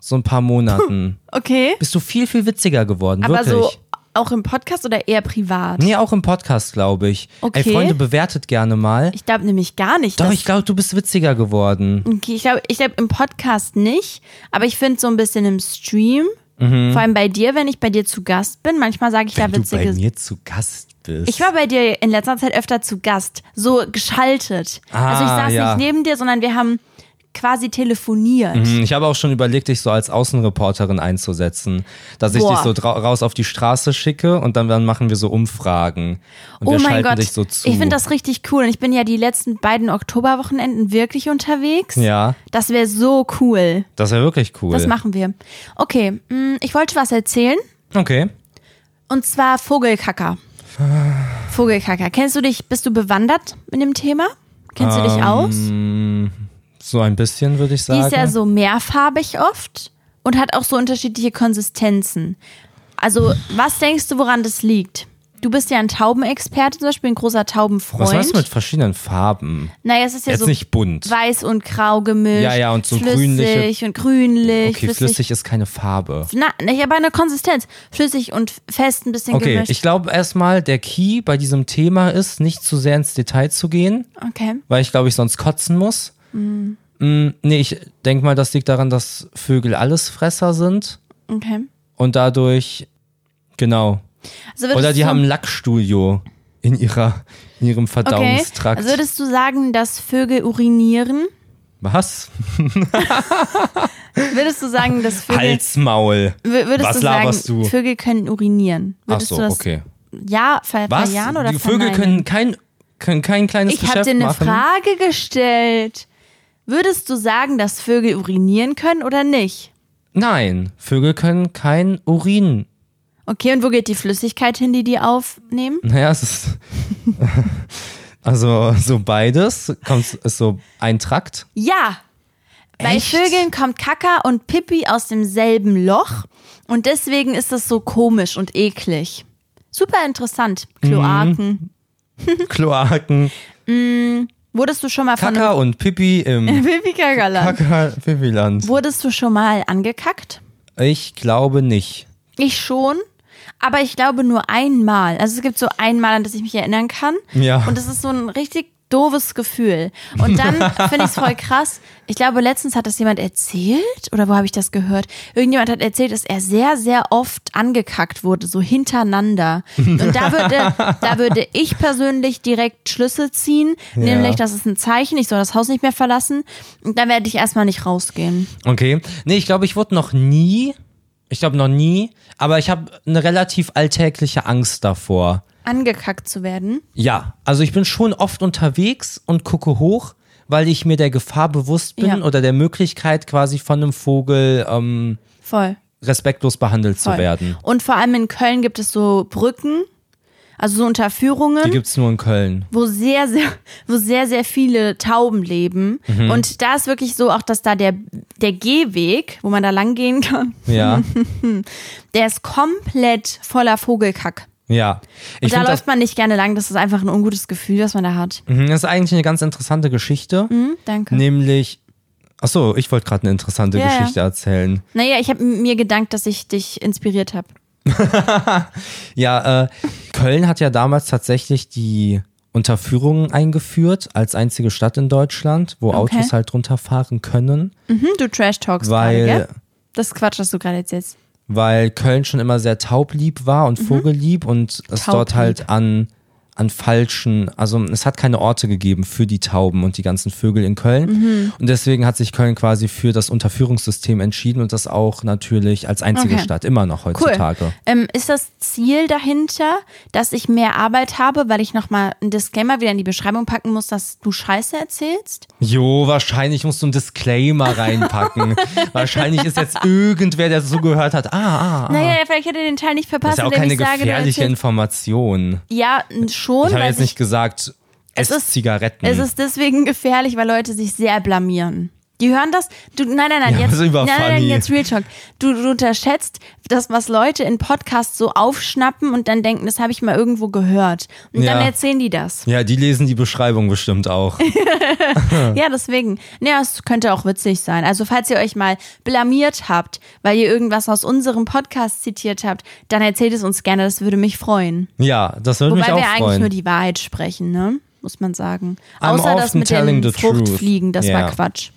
[SPEAKER 1] So ein paar Monaten.
[SPEAKER 2] Okay.
[SPEAKER 1] Bist du viel, viel witziger geworden,
[SPEAKER 2] Aber
[SPEAKER 1] wirklich.
[SPEAKER 2] so auch im Podcast oder eher privat?
[SPEAKER 1] Nee, auch im Podcast, glaube ich. Ey,
[SPEAKER 2] Okay.
[SPEAKER 1] Freunde, bewertet gerne mal.
[SPEAKER 2] Ich glaube nämlich gar nicht.
[SPEAKER 1] Doch,
[SPEAKER 2] dass
[SPEAKER 1] ich glaube, du bist witziger geworden.
[SPEAKER 2] Okay, ich glaube, ich glaub, im Podcast nicht, aber ich finde so ein bisschen im Stream, vor allem bei dir, wenn ich bei dir zu Gast bin, manchmal sage ich da
[SPEAKER 1] Mhm. du bei
[SPEAKER 2] witzige
[SPEAKER 1] mir zu Gast bist.
[SPEAKER 2] Ich war bei dir in letzter Zeit öfter zu Gast, so geschaltet. also ich
[SPEAKER 1] Ah,
[SPEAKER 2] saß
[SPEAKER 1] ja.
[SPEAKER 2] nicht neben dir, sondern wir haben quasi telefoniert.
[SPEAKER 1] Hm, Ich habe auch schon überlegt, dich so als Außenreporterin einzusetzen, dass ich
[SPEAKER 2] Boah.
[SPEAKER 1] dich so drau- raus auf die Straße schicke und dann, dann machen wir so Umfragen und wir
[SPEAKER 2] oh mein
[SPEAKER 1] schalten
[SPEAKER 2] Gott,
[SPEAKER 1] dich so zu.
[SPEAKER 2] ich finde das richtig cool. Und ich bin ja die letzten beiden Oktoberwochenenden wirklich unterwegs.
[SPEAKER 1] ja,
[SPEAKER 2] Das wäre so cool.
[SPEAKER 1] das wäre wirklich cool.
[SPEAKER 2] Das machen wir. Okay, mm, ich wollte was erzählen.
[SPEAKER 1] okay.
[SPEAKER 2] Und zwar Vogelkacker.
[SPEAKER 1] Ah.
[SPEAKER 2] Vogelkacker. Kennst du dich, bist du bewandert in dem Thema? Kennst
[SPEAKER 1] Ähm,
[SPEAKER 2] du dich aus?
[SPEAKER 1] So ein bisschen würde ich
[SPEAKER 2] Die
[SPEAKER 1] sagen.
[SPEAKER 2] ist ja so mehrfarbig oft und hat auch so unterschiedliche Konsistenzen. Also, was denkst du, woran das liegt? Du bist ja ein Taubenexperte, zum Beispiel ein großer Taubenfreund.
[SPEAKER 1] Was meinst du mit verschiedenen Farben?
[SPEAKER 2] Naja, es ist ja
[SPEAKER 1] Jetzt
[SPEAKER 2] so
[SPEAKER 1] nicht bunt.
[SPEAKER 2] Also weiß und grau gemischt.
[SPEAKER 1] Ja, ja, und so
[SPEAKER 2] flüssig und grünlich.
[SPEAKER 1] Okay, flüssig. ist keine Farbe.
[SPEAKER 2] Na, nicht, aber eine Konsistenz. Flüssig und fest, ein bisschen
[SPEAKER 1] Okay,
[SPEAKER 2] gemischt.
[SPEAKER 1] ich glaube erstmal, der Key bei diesem Thema ist, nicht zu sehr ins Detail zu gehen,
[SPEAKER 2] okay.
[SPEAKER 1] weil ich glaube, ich sonst kotzen muss.
[SPEAKER 2] Mhm.
[SPEAKER 1] Mm, nee, ich denke mal, das liegt daran, dass Vögel Allesfresser sind
[SPEAKER 2] Okay.
[SPEAKER 1] und dadurch, genau.
[SPEAKER 2] Also würdest
[SPEAKER 1] Oder die
[SPEAKER 2] du,
[SPEAKER 1] haben Lackstudio in, ihrer, in ihrem
[SPEAKER 2] okay.
[SPEAKER 1] Verdauungstrakt.
[SPEAKER 2] Also würdest du sagen, dass Vögel urinieren?
[SPEAKER 1] Was?
[SPEAKER 2] Würdest du sagen, dass Vögel.
[SPEAKER 1] Halsmaul.
[SPEAKER 2] Wür- Würdest
[SPEAKER 1] Halt. Was
[SPEAKER 2] du sagen,
[SPEAKER 1] laberst du?
[SPEAKER 2] Vögel können urinieren?
[SPEAKER 1] Ach
[SPEAKER 2] Würdest
[SPEAKER 1] so,
[SPEAKER 2] du das
[SPEAKER 1] okay.
[SPEAKER 2] Ja, ver
[SPEAKER 1] Was?
[SPEAKER 2] verjahen oder
[SPEAKER 1] die Vögel können
[SPEAKER 2] verneinen?
[SPEAKER 1] kein, können kein kleines
[SPEAKER 2] Ich habe
[SPEAKER 1] Geschäft
[SPEAKER 2] dir eine
[SPEAKER 1] machen.
[SPEAKER 2] Frage gestellt. Würdest du sagen, dass Vögel urinieren können oder nicht?
[SPEAKER 1] Nein, Vögel können kein Urin.
[SPEAKER 2] Okay, und wo geht die Flüssigkeit hin, die die aufnehmen?
[SPEAKER 1] Naja, es ist. [laughs] also, so beides. Kommt, ist so ein Trakt.
[SPEAKER 2] Ja. Bei
[SPEAKER 1] Echt?
[SPEAKER 2] Vögeln kommt Kaka und Pippi aus demselben Loch und deswegen ist das so komisch und eklig. Super interessant,
[SPEAKER 1] Mhm.
[SPEAKER 2] Kloaken.
[SPEAKER 1] Kloaken.
[SPEAKER 2] Wurdest du schon mal von [laughs]
[SPEAKER 1] Kaka und Pipi im
[SPEAKER 2] einem Pippi Kakaland?
[SPEAKER 1] Kaka-Pipi-Land.
[SPEAKER 2] Wurdest du schon mal angekackt?
[SPEAKER 1] Ich glaube nicht.
[SPEAKER 2] Ich schon, aber ich glaube nur einmal. Also es gibt so einmal, an das ich mich erinnern kann.
[SPEAKER 1] Ja.
[SPEAKER 2] Und das ist so ein richtig doofes Gefühl. Und dann finde ich es voll krass. Ich glaube, letztens hat das jemand erzählt oder wo habe ich das gehört? Irgendjemand hat erzählt, dass er sehr, sehr oft angekackt wurde, so hintereinander. Und da würde, da würde ich persönlich direkt Schlüsse ziehen, nämlich das ist ein Zeichen, ich soll das Haus nicht mehr verlassen. Und dann werde ich erstmal nicht rausgehen.
[SPEAKER 1] Okay. Nee, ich glaube, ich wurde noch nie. Ich glaube noch nie, aber ich habe eine relativ alltägliche Angst davor.
[SPEAKER 2] Angekackt zu werden.
[SPEAKER 1] Ja, also ich bin schon oft unterwegs und gucke hoch, weil ich mir der Gefahr bewusst bin
[SPEAKER 2] Ja.
[SPEAKER 1] oder der Möglichkeit quasi von einem Vogel ähm,
[SPEAKER 2] Voll.
[SPEAKER 1] respektlos behandelt zu
[SPEAKER 2] Voll.
[SPEAKER 1] werden.
[SPEAKER 2] Und vor allem in Köln gibt es so Brücken, also so
[SPEAKER 1] Die
[SPEAKER 2] Unterführungen,
[SPEAKER 1] gibt's nur in Köln.
[SPEAKER 2] wo sehr, sehr, wo sehr, sehr viele Tauben leben.
[SPEAKER 1] Mhm.
[SPEAKER 2] Und da ist wirklich so auch, dass da der, der Gehweg, wo man da lang gehen kann,
[SPEAKER 1] Ja,
[SPEAKER 2] Hm. der ist komplett voller Vogelkack.
[SPEAKER 1] ja. Ich
[SPEAKER 2] Und da
[SPEAKER 1] finde, das,
[SPEAKER 2] läuft man nicht gerne lang. Das ist einfach ein ungutes Gefühl, was man da hat.
[SPEAKER 1] Mhm, das ist eigentlich eine ganz interessante Geschichte,
[SPEAKER 2] Hm, danke.
[SPEAKER 1] nämlich. Ach so, ich wollte gerade eine interessante
[SPEAKER 2] Ja, ja.
[SPEAKER 1] Geschichte erzählen.
[SPEAKER 2] Naja, ich habe mir gedankt, dass ich dich inspiriert habe.
[SPEAKER 1] Ja, äh, Köln hat ja damals tatsächlich die Unterführungen eingeführt als einzige Stadt in Deutschland, wo
[SPEAKER 2] Okay.
[SPEAKER 1] Autos halt runterfahren können.
[SPEAKER 2] Mhm, du Trash Talks
[SPEAKER 1] Weil-
[SPEAKER 2] gerade, gell? Das ist Quatsch, was du gerade erzählst.
[SPEAKER 1] weil Köln schon immer sehr taublieb war und vogellieb und es dort
[SPEAKER 2] Mhm. Taublieb.
[SPEAKER 1] halt an, an falschen, also es hat keine Orte gegeben für die Tauben und die ganzen Vögel in Köln.
[SPEAKER 2] Mhm.
[SPEAKER 1] Und deswegen hat sich Köln quasi für das Unterführungssystem entschieden und das auch natürlich als einzige
[SPEAKER 2] Okay.
[SPEAKER 1] Stadt, immer noch
[SPEAKER 2] Cool.
[SPEAKER 1] heutzutage.
[SPEAKER 2] Ähm, ist das Ziel dahinter, dass ich mehr Arbeit habe, weil ich nochmal einen Disclaimer wieder in die Beschreibung packen muss, dass du Scheiße erzählst?
[SPEAKER 1] Jo, wahrscheinlich musst du einen Disclaimer
[SPEAKER 2] [laughs]
[SPEAKER 1] reinpacken. wahrscheinlich ist jetzt irgendwer, der so gehört hat, ah, ah, ah.
[SPEAKER 2] Naja, vielleicht hätte er den Teil nicht
[SPEAKER 1] Das
[SPEAKER 2] verpasst,
[SPEAKER 1] ist ja auch
[SPEAKER 2] indem
[SPEAKER 1] keine
[SPEAKER 2] ich sage, du
[SPEAKER 1] gefährliche
[SPEAKER 2] erzählst-
[SPEAKER 1] Information.
[SPEAKER 2] Ja, n- schon,
[SPEAKER 1] Ich habe
[SPEAKER 2] weil
[SPEAKER 1] jetzt
[SPEAKER 2] sich,
[SPEAKER 1] nicht Hm. gesagt,
[SPEAKER 2] Es
[SPEAKER 1] es
[SPEAKER 2] ist-
[SPEAKER 1] Zigaretten.
[SPEAKER 2] es ist deswegen gefährlich, weil Leute sich sehr blamieren. Die hören das. Du, nein, nein, nein,
[SPEAKER 1] Ja,
[SPEAKER 2] jetzt,
[SPEAKER 1] das ist
[SPEAKER 2] nein,
[SPEAKER 1] über
[SPEAKER 2] nein, nein,
[SPEAKER 1] funny.
[SPEAKER 2] jetzt Real Talk. Du, du unterschätzt das, was Leute in Podcasts so aufschnappen und dann denken, das habe ich mal irgendwo gehört. Und
[SPEAKER 1] Ja.
[SPEAKER 2] dann erzählen die das.
[SPEAKER 1] Ja, die lesen die Beschreibung bestimmt
[SPEAKER 2] [laughs]
[SPEAKER 1] auch.
[SPEAKER 2] Ja, deswegen. Ja, es könnte auch witzig sein. Also, falls ihr euch mal blamiert habt, weil ihr irgendwas aus unserem Podcast zitiert habt, dann erzählt es uns gerne, das würde mich freuen.
[SPEAKER 1] Ja, das würde mich
[SPEAKER 2] Wobei
[SPEAKER 1] auch
[SPEAKER 2] wir eigentlich
[SPEAKER 1] freuen.
[SPEAKER 2] nur die Wahrheit sprechen, ne? Muss man sagen.
[SPEAKER 1] I'm
[SPEAKER 2] Außer das
[SPEAKER 1] often
[SPEAKER 2] mit
[SPEAKER 1] telling
[SPEAKER 2] den
[SPEAKER 1] the truth.
[SPEAKER 2] Fruchtfliegen, das
[SPEAKER 1] Ja.
[SPEAKER 2] war Quatsch.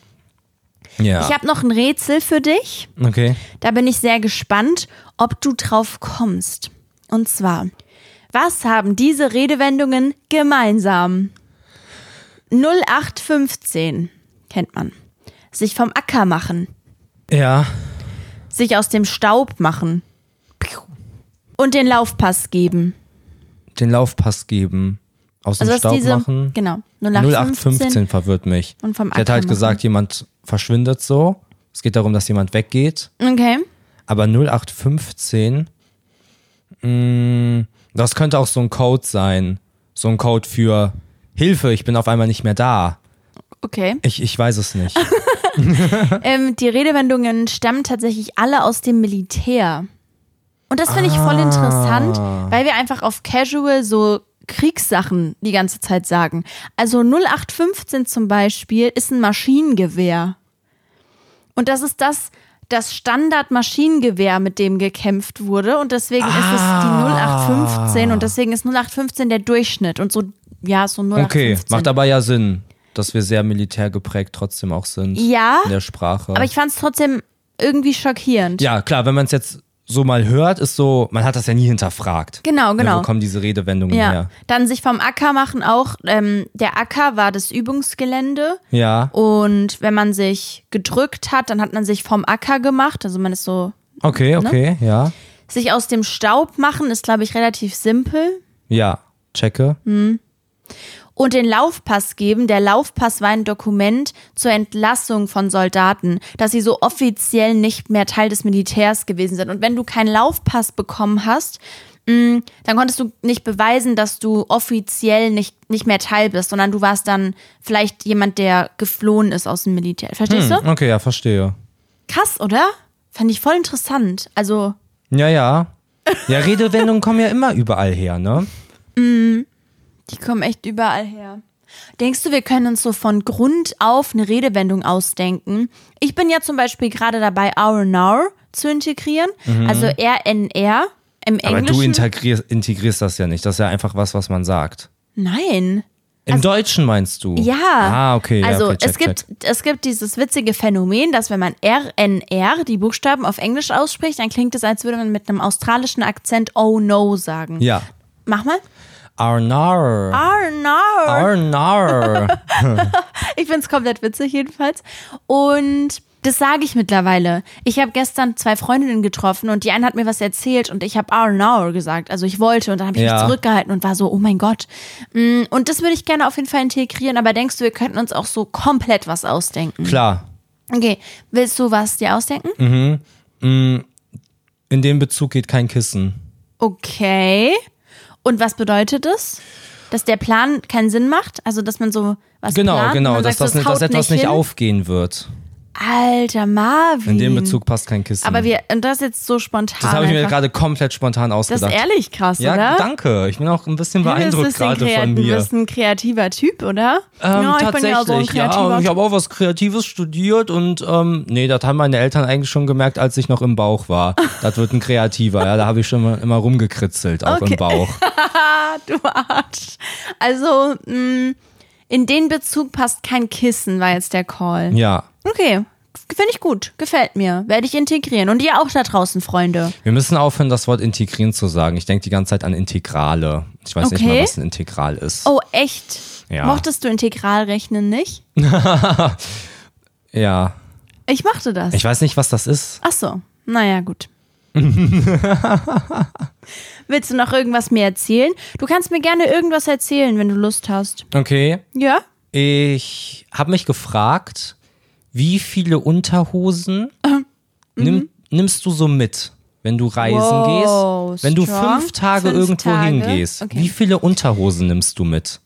[SPEAKER 1] ja.
[SPEAKER 2] Ich habe noch ein Rätsel für dich.
[SPEAKER 1] okay.
[SPEAKER 2] Da bin ich sehr gespannt, ob du drauf kommst. Und zwar, was haben diese Redewendungen gemeinsam? 0815 kennt man. sich vom Acker machen,
[SPEAKER 1] Ja.
[SPEAKER 2] sich aus dem Staub machen Piu. und den Laufpass geben.
[SPEAKER 1] Den Laufpass geben. Aus dem
[SPEAKER 2] Also was
[SPEAKER 1] Staub
[SPEAKER 2] diese,
[SPEAKER 1] machen.
[SPEAKER 2] genau, 0815
[SPEAKER 1] 0815 verwirrt mich.
[SPEAKER 2] und vom
[SPEAKER 1] Ich hätte
[SPEAKER 2] Acker
[SPEAKER 1] halt gesagt, jemand verschwindet so. Es geht darum, dass jemand weggeht.
[SPEAKER 2] Okay.
[SPEAKER 1] Aber 0815, mh, mm, das könnte auch so ein Code sein. So ein Code für Hilfe, ich bin auf einmal nicht mehr da.
[SPEAKER 2] Okay.
[SPEAKER 1] Ich, ich weiß es nicht.
[SPEAKER 2] Ähm, die Redewendungen stammen tatsächlich alle aus dem Militär. Und das finde ich
[SPEAKER 1] Ah.
[SPEAKER 2] voll interessant, weil wir einfach auf Casual so Kriegssachen die ganze Zeit sagen. Also 0815 zum Beispiel ist ein Maschinengewehr. Und das ist das, das Standard-Maschinengewehr, mit dem gekämpft wurde. Und deswegen
[SPEAKER 1] Ah.
[SPEAKER 2] ist es die 0815 und deswegen ist 0815 der Durchschnitt. Und so, ja, so 0815.
[SPEAKER 1] Okay, macht aber ja Sinn, dass wir sehr militär geprägt trotzdem auch sind.
[SPEAKER 2] Ja,
[SPEAKER 1] In der Sprache.
[SPEAKER 2] aber ich fand es trotzdem irgendwie schockierend.
[SPEAKER 1] ja, klar, wenn man es jetzt so mal hört, ist so, man hat das ja nie hinterfragt.
[SPEAKER 2] Genau,
[SPEAKER 1] Ne,
[SPEAKER 2] genau.
[SPEAKER 1] wo kommen diese Redewendungen
[SPEAKER 2] Ja.
[SPEAKER 1] her?
[SPEAKER 2] Dann sich vom Acker machen auch. Ähm, der Acker war das Übungsgelände.
[SPEAKER 1] Ja.
[SPEAKER 2] Und wenn man sich gedrückt hat, dann hat man sich vom Acker gemacht. Also man ist so. ne?
[SPEAKER 1] Okay, okay, ja.
[SPEAKER 2] Sich aus dem Staub machen ist, glaube ich, relativ simpel.
[SPEAKER 1] Ja, checke.
[SPEAKER 2] Hm. Und den Laufpass geben. Der Laufpass war ein Dokument zur Entlassung von Soldaten, dass sie so offiziell nicht mehr Teil des Militärs gewesen sind. Und wenn du keinen Laufpass bekommen hast, mh, dann konntest du nicht beweisen, dass du offiziell nicht, nicht mehr Teil bist, sondern du warst dann vielleicht jemand, der geflohen ist aus dem Militär. Verstehst du?
[SPEAKER 1] Hm, okay, ja, verstehe.
[SPEAKER 2] Krass, oder? Fand ich voll interessant. Also,
[SPEAKER 1] Ja, ja. Ja, Redewendungen kommen ja immer überall her, ne?
[SPEAKER 2] die kommen echt überall her. Denkst du, wir können uns so von Grund auf eine Redewendung ausdenken? Ich bin ja zum Beispiel gerade dabei, R R zu integrieren, also RNR im
[SPEAKER 1] Mhm. Aber du
[SPEAKER 2] Englischen.
[SPEAKER 1] integrierst, integrierst das ja nicht. Das ist ja einfach was, was man sagt.
[SPEAKER 2] Nein.
[SPEAKER 1] Im Deutschen meinst du?
[SPEAKER 2] Also Ja.
[SPEAKER 1] Ah, okay.
[SPEAKER 2] Also
[SPEAKER 1] ja, okay, check,
[SPEAKER 2] es, gibt, es gibt dieses witzige Phänomen, dass wenn man RNR, die Buchstaben auf Englisch ausspricht, dann klingt es, als würde man mit einem australischen Akzent Oh no sagen.
[SPEAKER 1] Check. Ja.
[SPEAKER 2] Mach mal.
[SPEAKER 1] Arnar.
[SPEAKER 2] R no.
[SPEAKER 1] Arnar.
[SPEAKER 2] Ich find's komplett witzig jedenfalls. Und das sage ich mittlerweile. Ich habe gestern zwei Freundinnen getroffen und die eine hat mir was erzählt und ich habe R now gesagt. Also ich wollte und dann habe ich mich
[SPEAKER 1] Ja.
[SPEAKER 2] zurückgehalten und war so, oh mein Gott. Mm, Und das würde ich gerne auf jeden Fall integrieren, aber denkst du, wir könnten uns auch so komplett was
[SPEAKER 1] [laughs]
[SPEAKER 2] ausdenken?
[SPEAKER 1] Klar.
[SPEAKER 2] Okay, willst du was dir ausdenken?
[SPEAKER 1] Mhm. In dem Bezug geht kein Kissen.
[SPEAKER 2] Okay. Und was bedeutet das? Dass der Plan keinen Sinn macht? Also, dass man so was
[SPEAKER 1] Genau,
[SPEAKER 2] plant und
[SPEAKER 1] genau.
[SPEAKER 2] man
[SPEAKER 1] Dass,
[SPEAKER 2] sagt,
[SPEAKER 1] das,
[SPEAKER 2] so,
[SPEAKER 1] nicht- dass
[SPEAKER 2] haut
[SPEAKER 1] etwas nicht
[SPEAKER 2] hin.
[SPEAKER 1] aufgehen wird.
[SPEAKER 2] Alter, Marvin.
[SPEAKER 1] In dem Bezug passt kein Kissen.
[SPEAKER 2] Hm. Aber wir, und das jetzt so spontan.
[SPEAKER 1] das habe ich mir
[SPEAKER 2] einfach.
[SPEAKER 1] gerade komplett spontan
[SPEAKER 2] Das
[SPEAKER 1] ausgedacht.
[SPEAKER 2] ist ehrlich krass,
[SPEAKER 1] ja,
[SPEAKER 2] oder?
[SPEAKER 1] danke. Ich bin auch ein bisschen
[SPEAKER 2] Du bist ein
[SPEAKER 1] beeindruckt
[SPEAKER 2] bisschen
[SPEAKER 1] gerade
[SPEAKER 2] kreat-
[SPEAKER 1] von
[SPEAKER 2] Du
[SPEAKER 1] mir.
[SPEAKER 2] bist ein kreativer Typ, oder?
[SPEAKER 1] Ähm,
[SPEAKER 2] ja, ich bin
[SPEAKER 1] tatsächlich,
[SPEAKER 2] ja so ein
[SPEAKER 1] ja,
[SPEAKER 2] kreativer
[SPEAKER 1] ich
[SPEAKER 2] Typ.
[SPEAKER 1] habe auch was Kreatives studiert und ähm, nee, das haben meine Eltern eigentlich schon gemerkt, als ich noch im Bauch war. Das wird ein Kreativer, ja, da habe ich schon mal, immer rumgekritzelt, auch
[SPEAKER 2] Okay.
[SPEAKER 1] im Bauch.
[SPEAKER 2] Du Arsch. Also, mh, in den Bezug passt kein Kissen, war jetzt der Call.
[SPEAKER 1] Ja,
[SPEAKER 2] Okay, finde ich gut. Gefällt mir. Werde ich integrieren. Und ihr auch da draußen, Freunde.
[SPEAKER 1] wir müssen aufhören, das Wort integrieren zu sagen. Ich denke die ganze Zeit an Integrale. Ich weiß nicht
[SPEAKER 2] Okay.
[SPEAKER 1] mal, was ein Integral ist.
[SPEAKER 2] Oh, echt?
[SPEAKER 1] Ja.
[SPEAKER 2] Mochtest du Integralrechnen nicht?
[SPEAKER 1] Ja,
[SPEAKER 2] Ich mochte das.
[SPEAKER 1] ich weiß nicht, was das ist.
[SPEAKER 2] Ach so, naja, gut. Willst du noch irgendwas mir erzählen? Du kannst mir gerne irgendwas erzählen, wenn du Lust hast.
[SPEAKER 1] Okay,
[SPEAKER 2] Ja?
[SPEAKER 1] ich habe mich gefragt, wie viele Unterhosen
[SPEAKER 2] Äh, mhm.
[SPEAKER 1] nimm, nimmst du so mit, wenn du reisen
[SPEAKER 2] Wow,
[SPEAKER 1] gehst? Wenn du
[SPEAKER 2] strong.
[SPEAKER 1] fünf Tage
[SPEAKER 2] Fünf
[SPEAKER 1] irgendwo
[SPEAKER 2] Tage.
[SPEAKER 1] hingehst,
[SPEAKER 2] Okay.
[SPEAKER 1] wie viele Unterhosen nimmst du mit?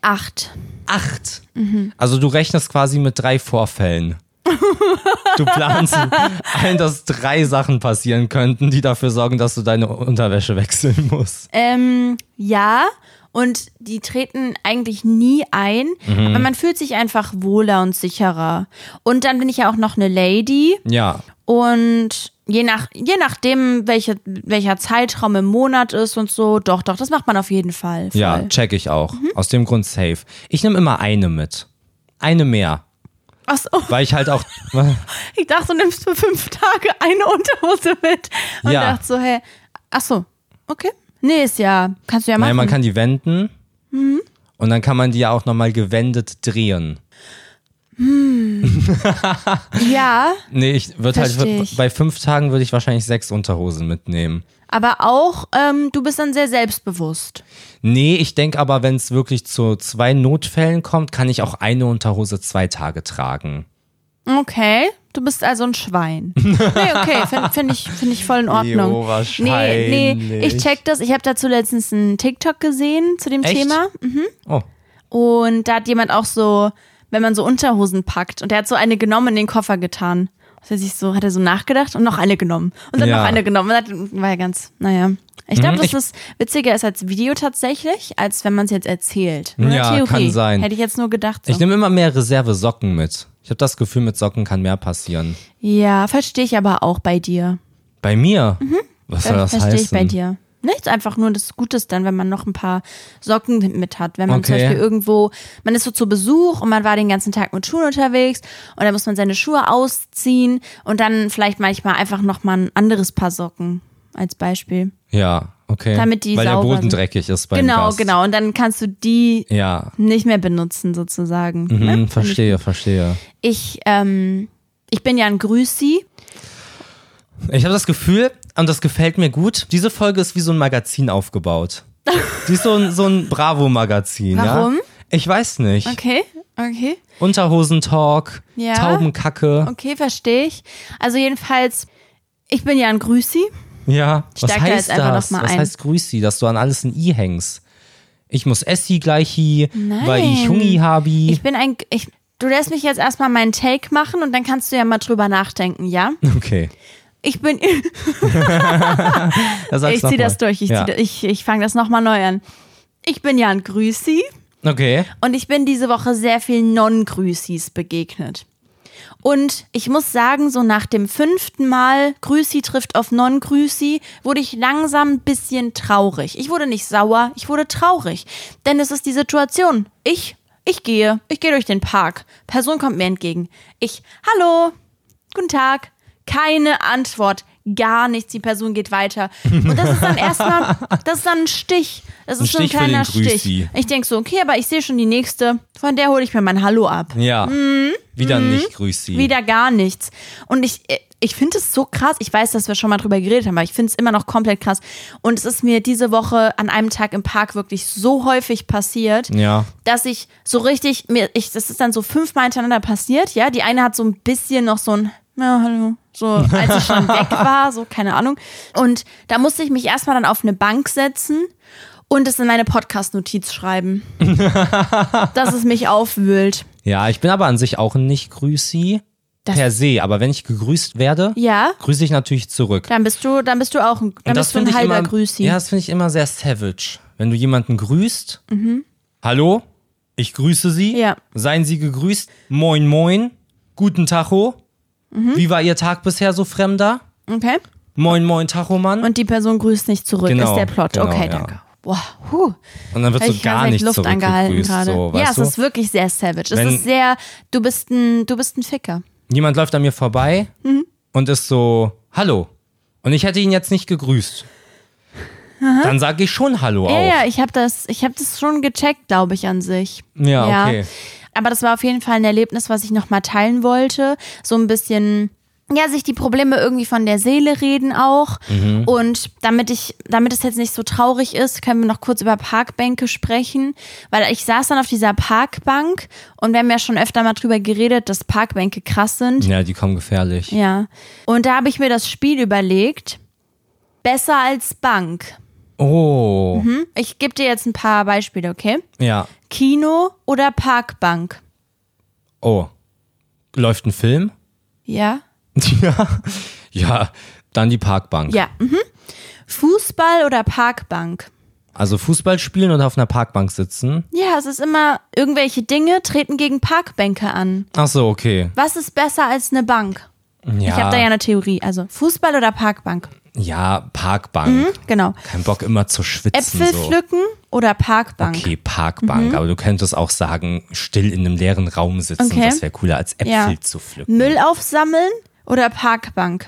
[SPEAKER 2] Acht.
[SPEAKER 1] Acht.
[SPEAKER 2] Mhm.
[SPEAKER 1] Also du rechnest quasi mit drei
[SPEAKER 2] [laughs]
[SPEAKER 1] Vorfällen. Du planst ein, dass drei Sachen passieren könnten, die dafür sorgen, dass du deine Unterwäsche wechseln musst.
[SPEAKER 2] Ähm, ja. Und die treten eigentlich nie ein, aber man fühlt sich einfach wohler und sicherer. Und dann bin ich ja auch noch eine Lady.
[SPEAKER 1] Ja,
[SPEAKER 2] Und je, nach, je nachdem, welche, welcher Zeitraum im Monat ist und so, doch, doch, das macht man auf jeden Fall. Voll. Mhm.
[SPEAKER 1] ja, check ich auch. Aus dem Grund safe. Ich nehme immer eine mit. Eine mehr.
[SPEAKER 2] Ach so.
[SPEAKER 1] Weil ich halt auch.
[SPEAKER 2] [laughs] Ich dachte, du nimmst für fünf Tage eine Unterhose mit. Und
[SPEAKER 1] Ja.
[SPEAKER 2] dachte so, hey, ach so, okay. Nee, ist ja, kannst du ja machen.
[SPEAKER 1] Nein, man
[SPEAKER 2] Mhm.
[SPEAKER 1] kann die wenden. Und dann kann man die ja auch nochmal gewendet drehen.
[SPEAKER 2] Ja,
[SPEAKER 1] Nee, ich würde
[SPEAKER 2] Versteh
[SPEAKER 1] halt
[SPEAKER 2] ich.
[SPEAKER 1] bei fünf Tagen würde ich wahrscheinlich sechs Unterhosen mitnehmen.
[SPEAKER 2] aber auch, ähm, du bist dann sehr selbstbewusst.
[SPEAKER 1] Nee, ich denke aber, wenn es wirklich zu zwei Notfällen kommt, kann ich auch eine Unterhose zwei Tage tragen.
[SPEAKER 2] Okay, du bist also ein Schwein.
[SPEAKER 1] [laughs]
[SPEAKER 2] Nee, okay, finde find ich, find ich voll in Ordnung.
[SPEAKER 1] Jo, wahrscheinlich.
[SPEAKER 2] nee, nee, ich check das. Ich habe dazu letztens einen TikTok gesehen zu dem
[SPEAKER 1] Echt?
[SPEAKER 2] Thema.
[SPEAKER 1] Oh.
[SPEAKER 2] Und da hat jemand auch so, wenn man so Unterhosen packt und der hat so eine genommen in den Koffer getan. Hat er sich so, hat er so nachgedacht und noch eine genommen. Und dann
[SPEAKER 1] Ja.
[SPEAKER 2] noch eine genommen. Und hat, war ja ganz, naja. Ich glaube,
[SPEAKER 1] Mhm,
[SPEAKER 2] dass
[SPEAKER 1] ich-
[SPEAKER 2] das witziger ist als Video tatsächlich, als wenn man es jetzt erzählt. Nur
[SPEAKER 1] Ja,
[SPEAKER 2] Theorie.
[SPEAKER 1] kann sein.
[SPEAKER 2] Hätte ich jetzt nur gedacht. So.
[SPEAKER 1] Ich nehme immer mehr Reserve-Socken mit. Ich habe das Gefühl, mit Socken kann mehr passieren.
[SPEAKER 2] ja, verstehe ich aber auch bei dir.
[SPEAKER 1] Bei mir? Was soll das
[SPEAKER 2] verstehe Mhm. ich
[SPEAKER 1] heißen?
[SPEAKER 2] bei dir. Nichts, einfach nur das Gute ist dann, wenn man noch ein paar Socken mit hat. Wenn man zum
[SPEAKER 1] Okay.
[SPEAKER 2] Beispiel irgendwo, man ist so zu Besuch und man war den ganzen Tag mit Schuhen unterwegs und dann muss man seine Schuhe ausziehen und dann vielleicht manchmal einfach nochmal ein anderes Paar Socken als Beispiel.
[SPEAKER 1] Ja, okay.
[SPEAKER 2] Damit die
[SPEAKER 1] Weil der
[SPEAKER 2] sauber
[SPEAKER 1] Boden
[SPEAKER 2] sind.
[SPEAKER 1] dreckig ist beim
[SPEAKER 2] genau,
[SPEAKER 1] Gast.
[SPEAKER 2] genau. Und dann kannst du die
[SPEAKER 1] Ja,
[SPEAKER 2] nicht mehr benutzen sozusagen.
[SPEAKER 1] hm,
[SPEAKER 2] Ne?
[SPEAKER 1] verstehe, verstehe.
[SPEAKER 2] Ich, ähm, ich bin ja ein Grüßi.
[SPEAKER 1] Ich habe das Gefühl, und das gefällt mir gut, diese Folge ist wie so ein Magazin
[SPEAKER 2] [laughs]
[SPEAKER 1] aufgebaut. Die ist so ein, so ein Bravo-Magazin.
[SPEAKER 2] Warum?
[SPEAKER 1] Ja? Ich weiß nicht.
[SPEAKER 2] Okay, okay.
[SPEAKER 1] Unterhosentalk,
[SPEAKER 2] Ja.
[SPEAKER 1] Taubenkacke.
[SPEAKER 2] Okay, verstehe ich. Also jedenfalls, ich bin ja ein Grüßi.
[SPEAKER 1] Ja, was
[SPEAKER 2] steig da
[SPEAKER 1] heißt
[SPEAKER 2] jetzt einfach
[SPEAKER 1] das?
[SPEAKER 2] noch mal
[SPEAKER 1] was
[SPEAKER 2] ein.
[SPEAKER 1] heißt Grüßi, dass du an alles ein I hängst? Ich muss Essi gleich hi, weil ich
[SPEAKER 2] Nein.
[SPEAKER 1] Jungi habe.
[SPEAKER 2] Ich bin ein. Ich, du lässt mich jetzt erstmal meinen Take machen und dann kannst du ja mal drüber nachdenken, ja?
[SPEAKER 1] Okay,
[SPEAKER 2] Ich bin. [laughs]
[SPEAKER 1] da sag's
[SPEAKER 2] ich
[SPEAKER 1] noch
[SPEAKER 2] zieh
[SPEAKER 1] mal.
[SPEAKER 2] das durch. Ich,
[SPEAKER 1] ja.
[SPEAKER 2] zieh, ich, ich fange das nochmal neu an. Ich bin ja ein Grüßi
[SPEAKER 1] Okay,
[SPEAKER 2] und ich bin diese Woche sehr viel Non-Grüßis begegnet. Und ich muss sagen, so nach dem fünften Mal Grüßi trifft auf Non-Grüßi, wurde ich langsam ein bisschen traurig. Ich wurde nicht sauer, ich wurde traurig. Denn es ist die Situation. Ich, ich gehe, ich gehe durch den Park. Person kommt mir entgegen. Ich, hallo, guten Tag. Keine Antwort, gar nichts. Die Person geht weiter. Und das ist dann erstmal, das ist dann ein Stich. Das ist so ein
[SPEAKER 1] Stich für den
[SPEAKER 2] kleiner Stich.
[SPEAKER 1] Grüßi.
[SPEAKER 2] Ich denke so, okay, aber ich sehe schon die nächste. Von der hole ich mir mein Hallo ab.
[SPEAKER 1] ja. Wieder nicht Grüßi.
[SPEAKER 2] Mhm. Wieder gar nichts. Und ich, äh, ich finde es so krass. Ich weiß, dass wir schon mal drüber geredet haben, aber ich finde es immer noch komplett krass. Und es ist mir diese Woche an einem Tag im Park wirklich so häufig passiert,
[SPEAKER 1] Ja.
[SPEAKER 2] dass ich so richtig, mir, ich, das ist dann so fünfmal hintereinander passiert, ja. Die eine hat so ein bisschen noch so ein, ja, hallo. So, als ich schon weg war, so, keine Ahnung. Und da musste ich mich erstmal dann auf eine Bank setzen und es in meine Podcast-Notiz schreiben. dass es mich aufwühlt.
[SPEAKER 1] Ja, ich bin aber an sich auch ein nicht Grüßi.
[SPEAKER 2] Das-
[SPEAKER 1] Per se, aber wenn ich gegrüßt werde,
[SPEAKER 2] Ja.
[SPEAKER 1] grüße ich natürlich zurück.
[SPEAKER 2] Dann bist du, dann bist du auch ein, dann
[SPEAKER 1] Und das
[SPEAKER 2] bist du
[SPEAKER 1] finde
[SPEAKER 2] ein
[SPEAKER 1] ich
[SPEAKER 2] halber
[SPEAKER 1] immer,
[SPEAKER 2] Grüßi.
[SPEAKER 1] Ja, das finde ich immer sehr savage. Wenn du jemanden grüßt, hallo, ich grüße Sie,
[SPEAKER 2] Ja.
[SPEAKER 1] seien Sie gegrüßt, moin moin, guten Tacho, wie war Ihr Tag bisher so fremder?
[SPEAKER 2] Okay.
[SPEAKER 1] Moin moin Tachomann. Und,
[SPEAKER 2] Und die Person grüßt nicht zurück,
[SPEAKER 1] Genau,
[SPEAKER 2] ist der Plot.
[SPEAKER 1] genau,
[SPEAKER 2] okay,
[SPEAKER 1] ja.
[SPEAKER 2] danke. Wow, huh.
[SPEAKER 1] dann wird
[SPEAKER 2] Hab
[SPEAKER 1] so
[SPEAKER 2] ich
[SPEAKER 1] gar
[SPEAKER 2] ganz
[SPEAKER 1] nicht
[SPEAKER 2] Luft angehalten
[SPEAKER 1] zurückgegrüßt.
[SPEAKER 2] gerade.
[SPEAKER 1] So,
[SPEAKER 2] ja,
[SPEAKER 1] weißt
[SPEAKER 2] es
[SPEAKER 1] du?
[SPEAKER 2] ist wirklich sehr savage.
[SPEAKER 1] Wenn-
[SPEAKER 2] es ist sehr, du bist ein, du bist ein Ficker.
[SPEAKER 1] Jemand läuft an mir vorbei und ist so, hallo. Und ich hätte ihn jetzt nicht gegrüßt. Dann sage ich schon Hallo
[SPEAKER 2] Ja,
[SPEAKER 1] auch.
[SPEAKER 2] ja, ich habe das, ich habe das schon gecheckt, glaube ich an sich.
[SPEAKER 1] Ja, okay.
[SPEAKER 2] Aber das war auf jeden Fall ein Erlebnis, was ich nochmal teilen wollte. So ein bisschen, ja, sich die Probleme irgendwie von der Seele reden auch.
[SPEAKER 1] Mhm.
[SPEAKER 2] Und damit ich, damit es jetzt nicht so traurig ist, können wir noch kurz über Parkbänke sprechen. Weil ich saß dann auf dieser Parkbank und wir haben ja schon öfter mal drüber geredet, dass Parkbänke krass sind.
[SPEAKER 1] Ja, die kommen gefährlich.
[SPEAKER 2] Ja. Und da habe ich mir das Spiel überlegt. Besser als Bank.
[SPEAKER 1] Oh,
[SPEAKER 2] Hm? Ich gebe dir jetzt ein paar Beispiele, okay?
[SPEAKER 1] ja.
[SPEAKER 2] Kino oder Parkbank?
[SPEAKER 1] Oh. Läuft ein Film?
[SPEAKER 2] Ja.
[SPEAKER 1] Ja. Ja, dann die Parkbank.
[SPEAKER 2] Ja. Mhm. Fußball oder Parkbank?
[SPEAKER 1] Also Fußball spielen und auf einer Parkbank sitzen.
[SPEAKER 2] Ja, es ist immer, irgendwelche Dinge treten gegen Parkbänke an.
[SPEAKER 1] Ach so, okay.
[SPEAKER 2] Was ist besser als eine Bank?
[SPEAKER 1] Ja,
[SPEAKER 2] Ich habe da ja eine Theorie. Also Fußball oder Parkbank?
[SPEAKER 1] ja Parkbank.
[SPEAKER 2] Hm? Genau.
[SPEAKER 1] Kein Bock immer zu schwitzen.
[SPEAKER 2] Äpfel Mhm.
[SPEAKER 1] so.
[SPEAKER 2] pflücken oder Parkbank?
[SPEAKER 1] Okay, Parkbank. Aber du könntest auch sagen, still in einem leeren Raum sitzen.
[SPEAKER 2] Okay.
[SPEAKER 1] Das wäre cooler, als Äpfel
[SPEAKER 2] Ja.
[SPEAKER 1] zu pflücken.
[SPEAKER 2] Müll aufsammeln oder Parkbank?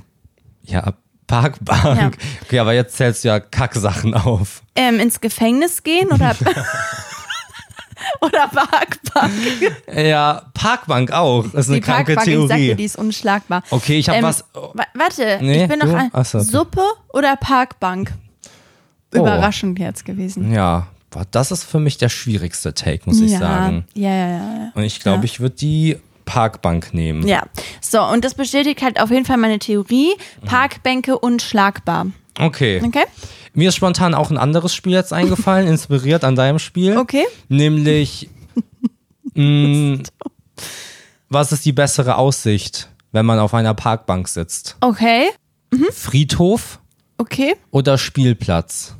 [SPEAKER 1] Ja, Parkbank. Okay, aber jetzt zählst du ja Kacksachen auf. [laughs]
[SPEAKER 2] Ähm, ins Gefängnis gehen oder [laughs] Oder Parkbank.
[SPEAKER 1] Ja, Parkbank auch. Das ist eine
[SPEAKER 2] Die
[SPEAKER 1] kranke
[SPEAKER 2] Parkbank, ich sag dir,
[SPEAKER 1] Theorie.
[SPEAKER 2] die ist unschlagbar.
[SPEAKER 1] Okay, ich hab was-
[SPEAKER 2] Ähm, wa- Warte,
[SPEAKER 1] Nee,
[SPEAKER 2] ich bin
[SPEAKER 1] du?
[SPEAKER 2] noch ein.
[SPEAKER 1] Ach so, okay.
[SPEAKER 2] Suppe oder Parkbank?
[SPEAKER 1] Oh.
[SPEAKER 2] Überraschend jetzt gewesen.
[SPEAKER 1] Ja, boah, das ist für mich der schwierigste Take, muss ich
[SPEAKER 2] ja.
[SPEAKER 1] sagen.
[SPEAKER 2] ja, ja, ja, ja.
[SPEAKER 1] Und ich glaube, ich würde die Parkbank nehmen.
[SPEAKER 2] Ja, so, und das bestätigt halt auf jeden Fall meine Theorie.
[SPEAKER 1] Mhm.
[SPEAKER 2] Parkbänke unschlagbar.
[SPEAKER 1] Okay.
[SPEAKER 2] Okay?
[SPEAKER 1] Mir ist spontan auch ein anderes Spiel
[SPEAKER 2] [laughs]
[SPEAKER 1] jetzt eingefallen, inspiriert an deinem Spiel.
[SPEAKER 2] Okay. [laughs]
[SPEAKER 1] Nämlich, mh, was ist die bessere Aussicht, wenn man auf einer Parkbank sitzt?
[SPEAKER 2] Okay, Hm?
[SPEAKER 1] Friedhof
[SPEAKER 2] okay.
[SPEAKER 1] oder Spielplatz?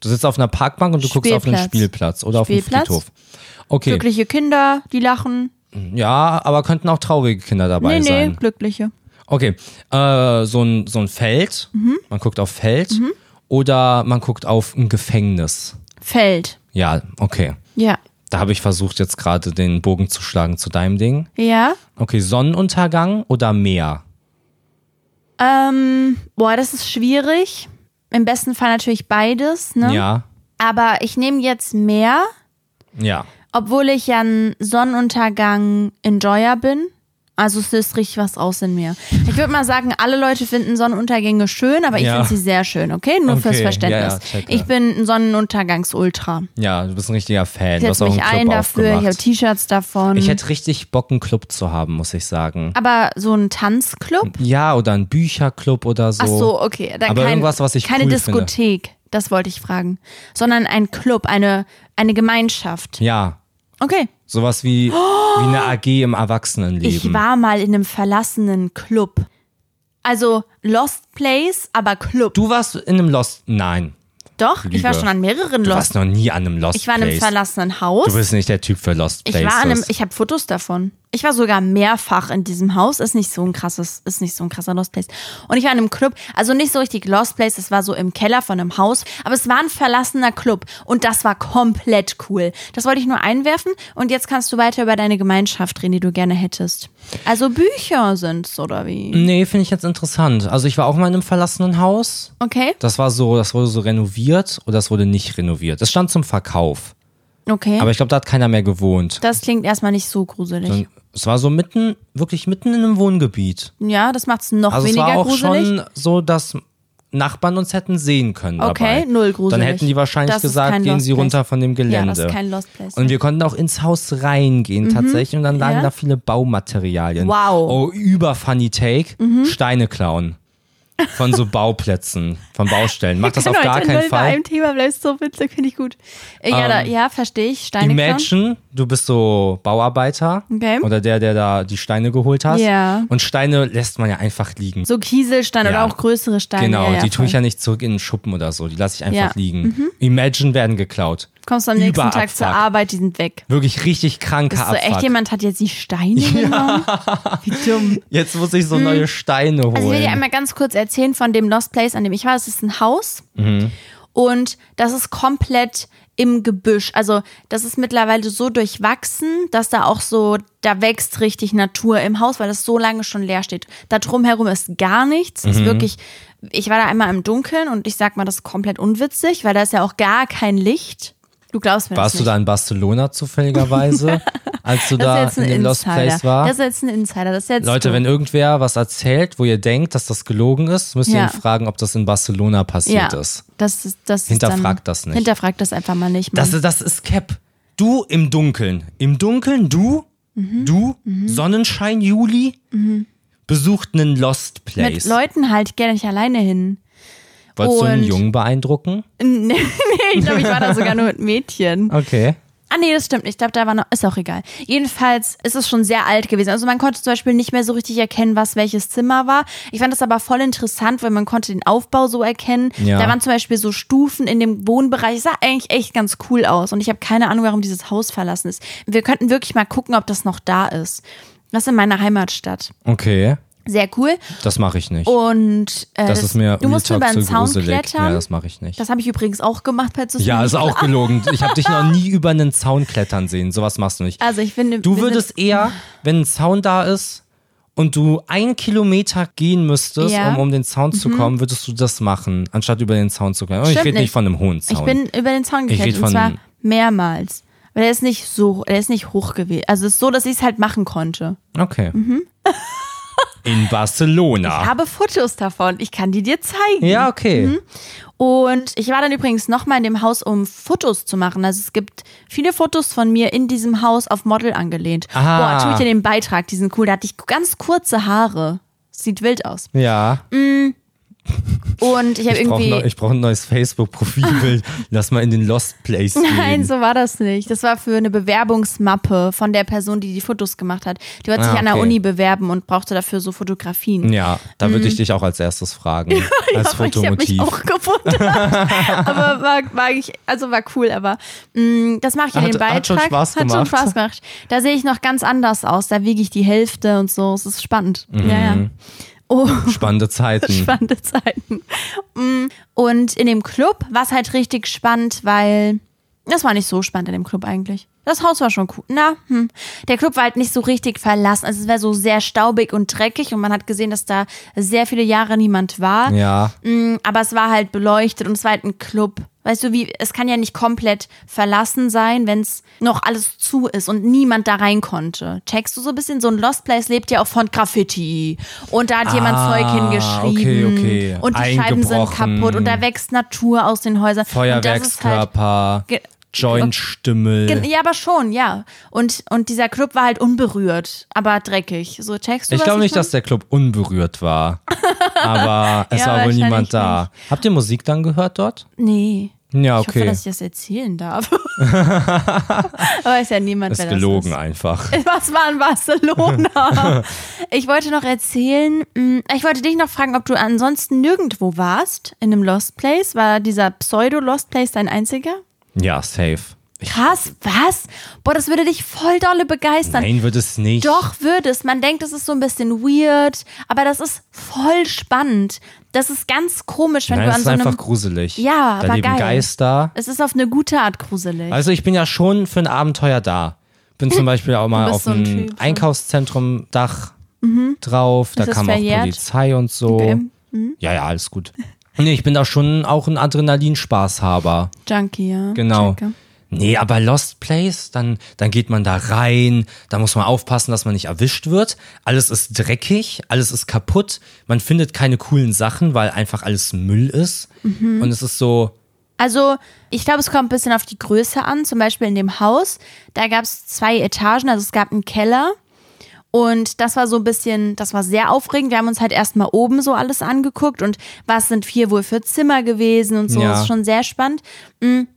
[SPEAKER 1] Du sitzt auf einer Parkbank und du guckst auf einen
[SPEAKER 2] Spielplatz.
[SPEAKER 1] Spielplatz oder
[SPEAKER 2] Spielplatz?
[SPEAKER 1] auf einen Friedhof. Okay,
[SPEAKER 2] Glückliche Kinder, die lachen.
[SPEAKER 1] ja, aber könnten auch traurige Kinder dabei
[SPEAKER 2] Nee, nee,
[SPEAKER 1] sein.
[SPEAKER 2] glückliche.
[SPEAKER 1] Okay, äh, so, ein, so ein Feld,
[SPEAKER 2] Mhm.
[SPEAKER 1] man guckt auf Feld oder man guckt auf ein Gefängnis.
[SPEAKER 2] Feld.
[SPEAKER 1] Ja, okay.
[SPEAKER 2] Ja.
[SPEAKER 1] Da habe ich versucht, jetzt gerade den Bogen zu schlagen zu deinem Ding.
[SPEAKER 2] Ja.
[SPEAKER 1] Okay, Sonnenuntergang oder Meer?
[SPEAKER 2] Ähm, boah, das ist schwierig. Im besten Fall natürlich beides, ne?
[SPEAKER 1] Ja.
[SPEAKER 2] Aber ich nehme jetzt mehr,
[SPEAKER 1] Ja.
[SPEAKER 2] obwohl ich ja einen Sonnenuntergang Enjoyer bin. Also es löst richtig was aus in mir. Ich würde mal sagen, alle Leute finden Sonnenuntergänge schön, aber ich
[SPEAKER 1] Ja.
[SPEAKER 2] finde sie sehr schön, okay? Nur fürs
[SPEAKER 1] Okay,
[SPEAKER 2] Verständnis.
[SPEAKER 1] ja, ja, checke.
[SPEAKER 2] ich bin ein Sonnenuntergangsultra.
[SPEAKER 1] Ja, du bist ein richtiger Fan.
[SPEAKER 2] Ich
[SPEAKER 1] Du hast
[SPEAKER 2] setze
[SPEAKER 1] auch einen
[SPEAKER 2] mich
[SPEAKER 1] Club
[SPEAKER 2] ein dafür, ich habe
[SPEAKER 1] aufgemacht.
[SPEAKER 2] T-Shirts davon.
[SPEAKER 1] Ich hätte richtig Bock, einen Club zu haben, muss ich sagen.
[SPEAKER 2] aber so ein Tanzclub?
[SPEAKER 1] Ja, oder einen Bücherclub oder so.
[SPEAKER 2] Ach so, okay. Dann
[SPEAKER 1] Oh. Aber
[SPEAKER 2] kein,
[SPEAKER 1] irgendwas, was ich
[SPEAKER 2] keine
[SPEAKER 1] cool finde.
[SPEAKER 2] Diskothek, das wollte ich fragen, sondern ein Club, eine, eine Gemeinschaft.
[SPEAKER 1] Ja,
[SPEAKER 2] Okay.
[SPEAKER 1] sowas wie, wie
[SPEAKER 2] [gasps]
[SPEAKER 1] eine AG im Erwachsenenleben.
[SPEAKER 2] Ich war mal in einem verlassenen Club. Also Lost Place, aber Club.
[SPEAKER 1] du warst in einem Lost... Nein,
[SPEAKER 2] Doch, ich war
[SPEAKER 1] Liebe.
[SPEAKER 2] schon an mehreren
[SPEAKER 1] du
[SPEAKER 2] Lost.
[SPEAKER 1] warst noch nie an einem Lost
[SPEAKER 2] Ich war in einem
[SPEAKER 1] Place.
[SPEAKER 2] verlassenen Haus.
[SPEAKER 1] Du bist nicht der Typ für Lost
[SPEAKER 2] ich
[SPEAKER 1] Places.
[SPEAKER 2] war an einem, ich habe Fotos davon. Ich war sogar mehrfach in diesem Haus. Ist nicht so ein krasses, ist nicht so ein krasser Lost Place. Und ich war in einem Club, also nicht so richtig Lost Place. Es war so im Keller von einem Haus, aber es war ein verlassener Club und das war komplett cool. Das wollte ich nur einwerfen und jetzt kannst du weiter über deine Gemeinschaft reden, die du gerne hättest. Also Bücher sind's oder wie?
[SPEAKER 1] nee, finde ich jetzt interessant. Also ich war auch mal in einem verlassenen Haus.
[SPEAKER 2] Okay,
[SPEAKER 1] Das war so, das wurde so renoviert oder das wurde nicht renoviert. Das stand zum Verkauf.
[SPEAKER 2] okay.
[SPEAKER 1] Aber ich glaube, da hat keiner mehr gewohnt.
[SPEAKER 2] das klingt erstmal nicht so gruselig.
[SPEAKER 1] Es war so mitten, wirklich mitten in einem Wohngebiet.
[SPEAKER 2] Ja, das macht's noch
[SPEAKER 1] Also
[SPEAKER 2] weniger
[SPEAKER 1] es war auch
[SPEAKER 2] gruselig.
[SPEAKER 1] schon so, dass Nachbarn uns hätten sehen können.
[SPEAKER 2] Okay,
[SPEAKER 1] dabei.
[SPEAKER 2] null gruselig.
[SPEAKER 1] Dann hätten die wahrscheinlich
[SPEAKER 2] Das ist kein
[SPEAKER 1] gesagt, gehen
[SPEAKER 2] Lost
[SPEAKER 1] sie
[SPEAKER 2] Place.
[SPEAKER 1] runter von dem
[SPEAKER 2] ja,
[SPEAKER 1] Gelände.
[SPEAKER 2] das ist kein Lost Place. Mhm.
[SPEAKER 1] und wir konnten auch ins Haus reingehen tatsächlich und dann lagen
[SPEAKER 2] Ja.
[SPEAKER 1] da viele Baumaterialien.
[SPEAKER 2] Wow. Mhm.
[SPEAKER 1] Oh, über Funny Take, Steine klauen. Von so Bauplätzen, von Baustellen. Mach das auf
[SPEAKER 2] Genau,
[SPEAKER 1] gar
[SPEAKER 2] wenn
[SPEAKER 1] keinen
[SPEAKER 2] du Bei
[SPEAKER 1] Fall. Ähm,
[SPEAKER 2] einem Thema bleibst so witzig, finde ich gut. Äh, ja, da, ja, verstehe ich. Steine klauen.
[SPEAKER 1] Imagine, du bist so Bauarbeiter
[SPEAKER 2] Okay.
[SPEAKER 1] oder der, der da die Steine geholt hast.
[SPEAKER 2] Ja.
[SPEAKER 1] Und Steine lässt man ja einfach liegen.
[SPEAKER 2] So Kieselsteine
[SPEAKER 1] Ja.
[SPEAKER 2] oder auch größere Steine.
[SPEAKER 1] genau,
[SPEAKER 2] ja, ja,
[SPEAKER 1] die tue ich
[SPEAKER 2] voll.
[SPEAKER 1] ja nicht zurück in den Schuppen oder so. Die lasse ich einfach
[SPEAKER 2] Ja. Mhm.
[SPEAKER 1] liegen. Imagine werden geklaut.
[SPEAKER 2] Kommst am nächsten
[SPEAKER 1] Überabfuck.
[SPEAKER 2] Tag zur Arbeit, die sind weg.
[SPEAKER 1] Wirklich richtig kranker
[SPEAKER 2] Ist so
[SPEAKER 1] Abfuck.
[SPEAKER 2] echt jemand hat jetzt
[SPEAKER 1] [laughs]
[SPEAKER 2] die Steine genommen? Wie dumm. Mhm.
[SPEAKER 1] Jetzt muss ich so neue Steine holen.
[SPEAKER 2] Also ich will dir einmal ganz kurz erzählen von dem Lost Place, an dem ich war. Das ist ein Haus
[SPEAKER 1] Mhm.
[SPEAKER 2] und das ist komplett im Gebüsch. Also das ist mittlerweile so durchwachsen, dass da auch so, da wächst richtig Natur im Haus, weil das so lange schon leer steht. Da drumherum ist gar nichts.
[SPEAKER 1] Mhm.
[SPEAKER 2] Ist wirklich, ich war da einmal im Dunkeln und ich sag mal, das ist komplett unwitzig, weil da ist ja auch gar kein Licht. Du glaubst mir
[SPEAKER 1] Warst
[SPEAKER 2] das
[SPEAKER 1] du
[SPEAKER 2] nicht.
[SPEAKER 1] da in Barcelona
[SPEAKER 2] [laughs]
[SPEAKER 1] zufälligerweise, als du da
[SPEAKER 2] das
[SPEAKER 1] in
[SPEAKER 2] ist jetzt ein
[SPEAKER 1] dem Lost
[SPEAKER 2] Insider.
[SPEAKER 1] Place war?
[SPEAKER 2] Das ist jetzt ein Insider. Das ist jetzt
[SPEAKER 1] Leute,
[SPEAKER 2] du.
[SPEAKER 1] wenn irgendwer was erzählt, wo ihr denkt, dass das gelogen ist, müsst ihr
[SPEAKER 2] Ja.
[SPEAKER 1] ihn fragen, ob das in Barcelona passiert ist.
[SPEAKER 2] Das ist, das ist
[SPEAKER 1] Hinterfragt
[SPEAKER 2] dann,
[SPEAKER 1] das nicht.
[SPEAKER 2] Hinterfragt das einfach mal nicht. Mann.
[SPEAKER 1] Das, das ist Cap. Du im Dunkeln. Im Dunkeln, du,
[SPEAKER 2] Mhm.
[SPEAKER 1] du, Sonnenschein Juli, besucht einen Lost
[SPEAKER 2] mit
[SPEAKER 1] Place.
[SPEAKER 2] Leuten halt gerne nicht alleine hin. [laughs]
[SPEAKER 1] Wolltest du einen
[SPEAKER 2] und-
[SPEAKER 1] Jungen beeindrucken?
[SPEAKER 2] Nee, ich glaube, ich war da sogar nur mit Mädchen.
[SPEAKER 1] Okay.
[SPEAKER 2] Ah, nee, das stimmt nicht. Ich glaube, da war noch. Ist auch egal. Jedenfalls ist es schon sehr alt gewesen. Also, man konnte zum Beispiel nicht mehr so richtig erkennen, was welches Zimmer war. Ich fand das aber voll interessant, weil man konnte den Aufbau so erkennen.
[SPEAKER 1] Ja.
[SPEAKER 2] Da waren zum Beispiel so Stufen in dem Wohnbereich. Es sah eigentlich echt ganz cool aus. Und ich habe keine Ahnung, warum dieses Haus verlassen ist. Wir könnten wirklich mal gucken, ob das noch da ist. Das ist in meiner Heimatstadt.
[SPEAKER 1] Okay.
[SPEAKER 2] Sehr cool.
[SPEAKER 1] Das mache ich nicht.
[SPEAKER 2] Und äh,
[SPEAKER 1] das, ist mir
[SPEAKER 2] du musst
[SPEAKER 1] real
[SPEAKER 2] über
[SPEAKER 1] talk
[SPEAKER 2] den
[SPEAKER 1] zu
[SPEAKER 2] Zaun
[SPEAKER 1] gruselig.
[SPEAKER 2] klettern.
[SPEAKER 1] Ja,
[SPEAKER 2] das
[SPEAKER 1] das mache ich nicht.
[SPEAKER 2] habe ich übrigens auch gemacht bei Zusammen.
[SPEAKER 1] ja, also ist auch gelogen. Ich habe dich noch
[SPEAKER 2] [laughs]
[SPEAKER 1] nie über einen Zaun klettern sehen. Sowas machst du nicht.
[SPEAKER 2] Also ich finde,
[SPEAKER 1] Du
[SPEAKER 2] wir
[SPEAKER 1] würdest eh
[SPEAKER 2] sind-
[SPEAKER 1] eher, wenn ein Zaun da ist und du einen Kilometer gehen müsstest,
[SPEAKER 2] Ja. Mhm.
[SPEAKER 1] um um den Zaun zu kommen, würdest du das machen, anstatt über den Zaun zu klettern. Und ich
[SPEAKER 2] Stimmt
[SPEAKER 1] rede nicht
[SPEAKER 2] nicht.
[SPEAKER 1] von einem hohen Zaun.
[SPEAKER 2] ich bin über den Zaun
[SPEAKER 1] Ich
[SPEAKER 2] geklettert
[SPEAKER 1] red
[SPEAKER 2] und
[SPEAKER 1] von-
[SPEAKER 2] zwar mehrmals. Aber Aber der ist nicht so, der ist nicht hoch gewesen. Also es ist so, dass ich es halt machen konnte.
[SPEAKER 1] Okay.
[SPEAKER 2] [laughs]
[SPEAKER 1] In Barcelona.
[SPEAKER 2] Mhm. Ich Mhm. habe Fotos davon. Ich kann die dir zeigen.
[SPEAKER 1] Ah. ja, okay.
[SPEAKER 2] Und ich war dann übrigens nochmal in dem Haus, um Fotos zu machen. Also es gibt viele Fotos von mir in diesem Haus auf Model angelehnt.
[SPEAKER 1] Ah.
[SPEAKER 2] Boah, tu ich dir den Beitrag, diesen cool. Da hatte ich ganz kurze Haare. Sieht wild aus.
[SPEAKER 1] Ja.
[SPEAKER 2] Und ich habe
[SPEAKER 1] Ich brauche
[SPEAKER 2] irgendwie.
[SPEAKER 1] ich brauch ein neues
[SPEAKER 2] [laughs]
[SPEAKER 1] Facebook-Profilbild. Lass mal in den Lost Place gehen.
[SPEAKER 2] Nein, so war das nicht. Das war für eine Bewerbungsmappe von der Person, die die Fotos gemacht hat. Die wollte
[SPEAKER 1] Ah,
[SPEAKER 2] sich an der
[SPEAKER 1] okay.
[SPEAKER 2] Uni bewerben und brauchte dafür so Fotografien.
[SPEAKER 1] Ja, da würde ich dich auch als erstes
[SPEAKER 2] [laughs]
[SPEAKER 1] fragen. als
[SPEAKER 2] Aber Mhm. Ich [laughs]
[SPEAKER 1] Fotomotiv.
[SPEAKER 2] habe mich auch gewundert.
[SPEAKER 1] [laughs]
[SPEAKER 2] aber war, war ich, also war cool, aber mh, das mache ich ja
[SPEAKER 1] Hat-
[SPEAKER 2] den
[SPEAKER 1] hat
[SPEAKER 2] Beitrag.
[SPEAKER 1] schon Spaß
[SPEAKER 2] hat schon
[SPEAKER 1] gemacht.
[SPEAKER 2] Spaß gemacht. Da sehe ich noch ganz anders aus. Da wiege ich die Hälfte und so. Es ist spannend.
[SPEAKER 1] Mhm.
[SPEAKER 2] Ja, ja. Oh,
[SPEAKER 1] Spannende Zeiten.
[SPEAKER 2] spannende Zeiten. Mm, Und in dem Club war es halt richtig spannend, weil das war nicht so spannend in dem Club eigentlich. Das Haus war schon cool. Na, hm. Der Club war halt nicht so richtig verlassen. Also es war so sehr staubig und dreckig und man hat gesehen, dass da sehr viele Jahre niemand war.
[SPEAKER 1] Ja.
[SPEAKER 2] Mm, Aber es war halt beleuchtet und es war halt ein Club. Weißt du, wie, es kann ja nicht komplett verlassen sein, wenn es noch alles zu ist und niemand da rein konnte. Checkst du so ein bisschen? So ein Lost Place lebt ja auch von Graffiti. Und da hat jemand
[SPEAKER 1] Ah,
[SPEAKER 2] Zeug hingeschrieben.
[SPEAKER 1] okay, okay.
[SPEAKER 2] Und die Scheiben sind
[SPEAKER 1] Eingebrochen.
[SPEAKER 2] kaputt und da wächst Natur aus den Häusern. Und das ist halt,
[SPEAKER 1] Feuerwerkskörper,
[SPEAKER 2] Ge-
[SPEAKER 1] Jointstimmel.
[SPEAKER 2] Gen- ja, aber schon, ja. Und, und dieser Club war halt unberührt, aber dreckig. So checkst du
[SPEAKER 1] ich
[SPEAKER 2] was
[SPEAKER 1] glaube nicht,
[SPEAKER 2] meine?
[SPEAKER 1] dass der Club unberührt
[SPEAKER 2] [laughs]
[SPEAKER 1] war. Aber es
[SPEAKER 2] Ja,
[SPEAKER 1] war wohl
[SPEAKER 2] wahrscheinlich
[SPEAKER 1] niemand da. Habt ihr Musik dann gehört dort?
[SPEAKER 2] Nee.
[SPEAKER 1] Ja,
[SPEAKER 2] Ich hoffe,
[SPEAKER 1] okay.
[SPEAKER 2] dass ich das erzählen darf. [laughs] aber ist ja niemand,
[SPEAKER 1] ist
[SPEAKER 2] wer
[SPEAKER 1] gelogen
[SPEAKER 2] das
[SPEAKER 1] einfach.
[SPEAKER 2] ist. Äh, Was war
[SPEAKER 1] [laughs]
[SPEAKER 2] in Barcelona? ich wollte noch erzählen, mh, ich wollte dich noch fragen, ob du ansonsten nirgendwo warst in einem Lost Place. War dieser Pseudo-Lost Place dein einziger?
[SPEAKER 1] Ja, safe. Ich,
[SPEAKER 2] Krass, was? Boah, das würde dich voll dolle begeistern.
[SPEAKER 1] nein, wird es nicht.
[SPEAKER 2] Doch würde es. Man denkt, es ist so ein bisschen weird, aber das ist voll spannend. Das ist ganz komisch, wenn
[SPEAKER 1] Nein,
[SPEAKER 2] du
[SPEAKER 1] es
[SPEAKER 2] an
[SPEAKER 1] ist
[SPEAKER 2] so einem.
[SPEAKER 1] einfach gruselig.
[SPEAKER 2] Ja,
[SPEAKER 1] da
[SPEAKER 2] aber
[SPEAKER 1] leben
[SPEAKER 2] geil.
[SPEAKER 1] Geister.
[SPEAKER 2] Es ist auf eine gute Art gruselig.
[SPEAKER 1] Also ich bin ja schon für ein Abenteuer da. Bin zum Beispiel auch mal
[SPEAKER 2] bist
[SPEAKER 1] auf
[SPEAKER 2] so ein
[SPEAKER 1] dem
[SPEAKER 2] Typ. Mhm.
[SPEAKER 1] Einkaufszentrum-Dach drauf. Da
[SPEAKER 2] Ist das
[SPEAKER 1] kam auch
[SPEAKER 2] verjährt?
[SPEAKER 1] Polizei und so.
[SPEAKER 2] Mhm.
[SPEAKER 1] Ja, ja, alles gut. Nee, ich bin da schon auch ein Adrenalinspaßhaber.
[SPEAKER 2] Junkie, ja.
[SPEAKER 1] Genau.
[SPEAKER 2] Checke.
[SPEAKER 1] Nee, aber Lost Place, dann, dann geht man da rein, da muss man aufpassen, dass man nicht erwischt wird. Alles ist dreckig, alles ist kaputt, man findet keine coolen Sachen, weil einfach alles Müll ist.
[SPEAKER 2] Mhm.
[SPEAKER 1] Und es ist so,
[SPEAKER 2] Also, ich glaube, es kommt ein bisschen auf die Größe an. Zum Beispiel in dem Haus, da gab es zwei Etagen, also es gab einen Keller. Und das war so ein bisschen, das war sehr aufregend. Wir haben uns halt erstmal oben so alles angeguckt und was sind hier wohl für Zimmer gewesen und so.
[SPEAKER 1] Ja.
[SPEAKER 2] Das ist schon sehr spannend. Mm.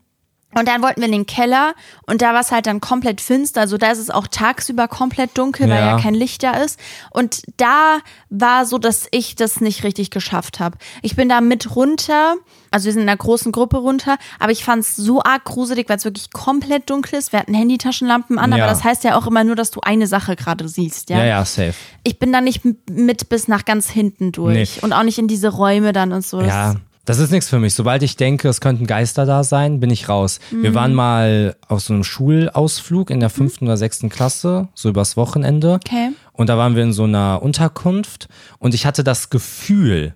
[SPEAKER 2] Und dann wollten wir in den Keller und da war es halt dann komplett finster. Also da ist es auch tagsüber komplett dunkel, weil
[SPEAKER 1] Ja.
[SPEAKER 2] ja kein Licht da ist. Und da war so, dass ich das nicht richtig geschafft habe. Ich bin da mit runter, also wir sind in einer großen Gruppe runter, aber ich fand es so arg gruselig, weil es wirklich komplett dunkel ist. Wir hatten Handytaschenlampen an,
[SPEAKER 1] Ja.
[SPEAKER 2] aber das heißt ja auch immer nur, dass du eine Sache gerade siehst. Ja?
[SPEAKER 1] ja, ja, safe.
[SPEAKER 2] Ich bin da nicht m- mit bis nach ganz hinten durch
[SPEAKER 1] Nee.
[SPEAKER 2] und auch nicht in diese Räume dann und so. Das-
[SPEAKER 1] Ja, das ist nichts für mich. Sobald ich denke, es könnten Geister da sein, bin ich raus.
[SPEAKER 2] Mhm.
[SPEAKER 1] Wir waren mal auf so einem Schulausflug in der fünften oder sechsten Klasse, so übers Wochenende.
[SPEAKER 2] Okay.
[SPEAKER 1] Und da waren wir in so einer Unterkunft und ich hatte das Gefühl,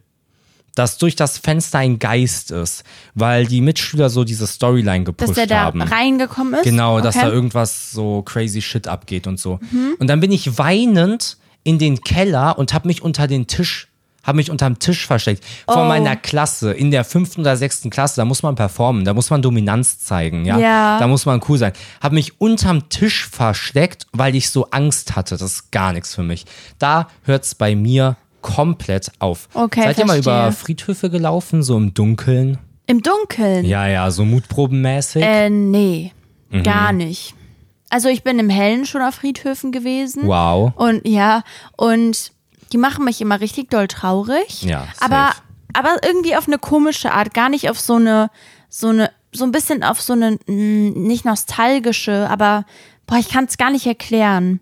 [SPEAKER 1] dass durch das Fenster ein Geist ist, weil die Mitschüler so diese Storyline
[SPEAKER 2] Dass
[SPEAKER 1] gepusht
[SPEAKER 2] der da
[SPEAKER 1] haben.
[SPEAKER 2] reingekommen ist.
[SPEAKER 1] Genau, dass
[SPEAKER 2] okay. Mhm.
[SPEAKER 1] da irgendwas so crazy shit abgeht und so. Und dann bin ich weinend in den Keller und habe mich unter den Tisch, habe mich unterm Tisch versteckt. Vor
[SPEAKER 2] Oh.
[SPEAKER 1] meiner Klasse, in der fünften oder sechsten Klasse, da muss man performen, da muss man Dominanz zeigen, ja.
[SPEAKER 2] Ja.
[SPEAKER 1] Da muss man cool sein. Habe mich unterm Tisch versteckt, weil ich so Angst hatte. Das ist gar nichts für mich. Da hört's bei mir komplett auf.
[SPEAKER 2] Okay,
[SPEAKER 1] Seid ihr mal über
[SPEAKER 2] verstehe.
[SPEAKER 1] Friedhöfe gelaufen, so im Dunkeln?
[SPEAKER 2] Im Dunkeln.
[SPEAKER 1] Ja, ja, so mutprobenmäßig.
[SPEAKER 2] Äh, nee, gar nicht. Also ich bin im Hellen schon auf Friedhöfen gewesen.
[SPEAKER 1] Wow.
[SPEAKER 2] Und ja, und die machen mich immer richtig doll traurig.
[SPEAKER 1] Ja,
[SPEAKER 2] Aber,
[SPEAKER 1] safe.
[SPEAKER 2] aber irgendwie auf eine komische Art, gar nicht auf so eine, so eine, so ein bisschen auf so eine, mh, nicht nostalgische, aber boah, ich kann es gar nicht erklären.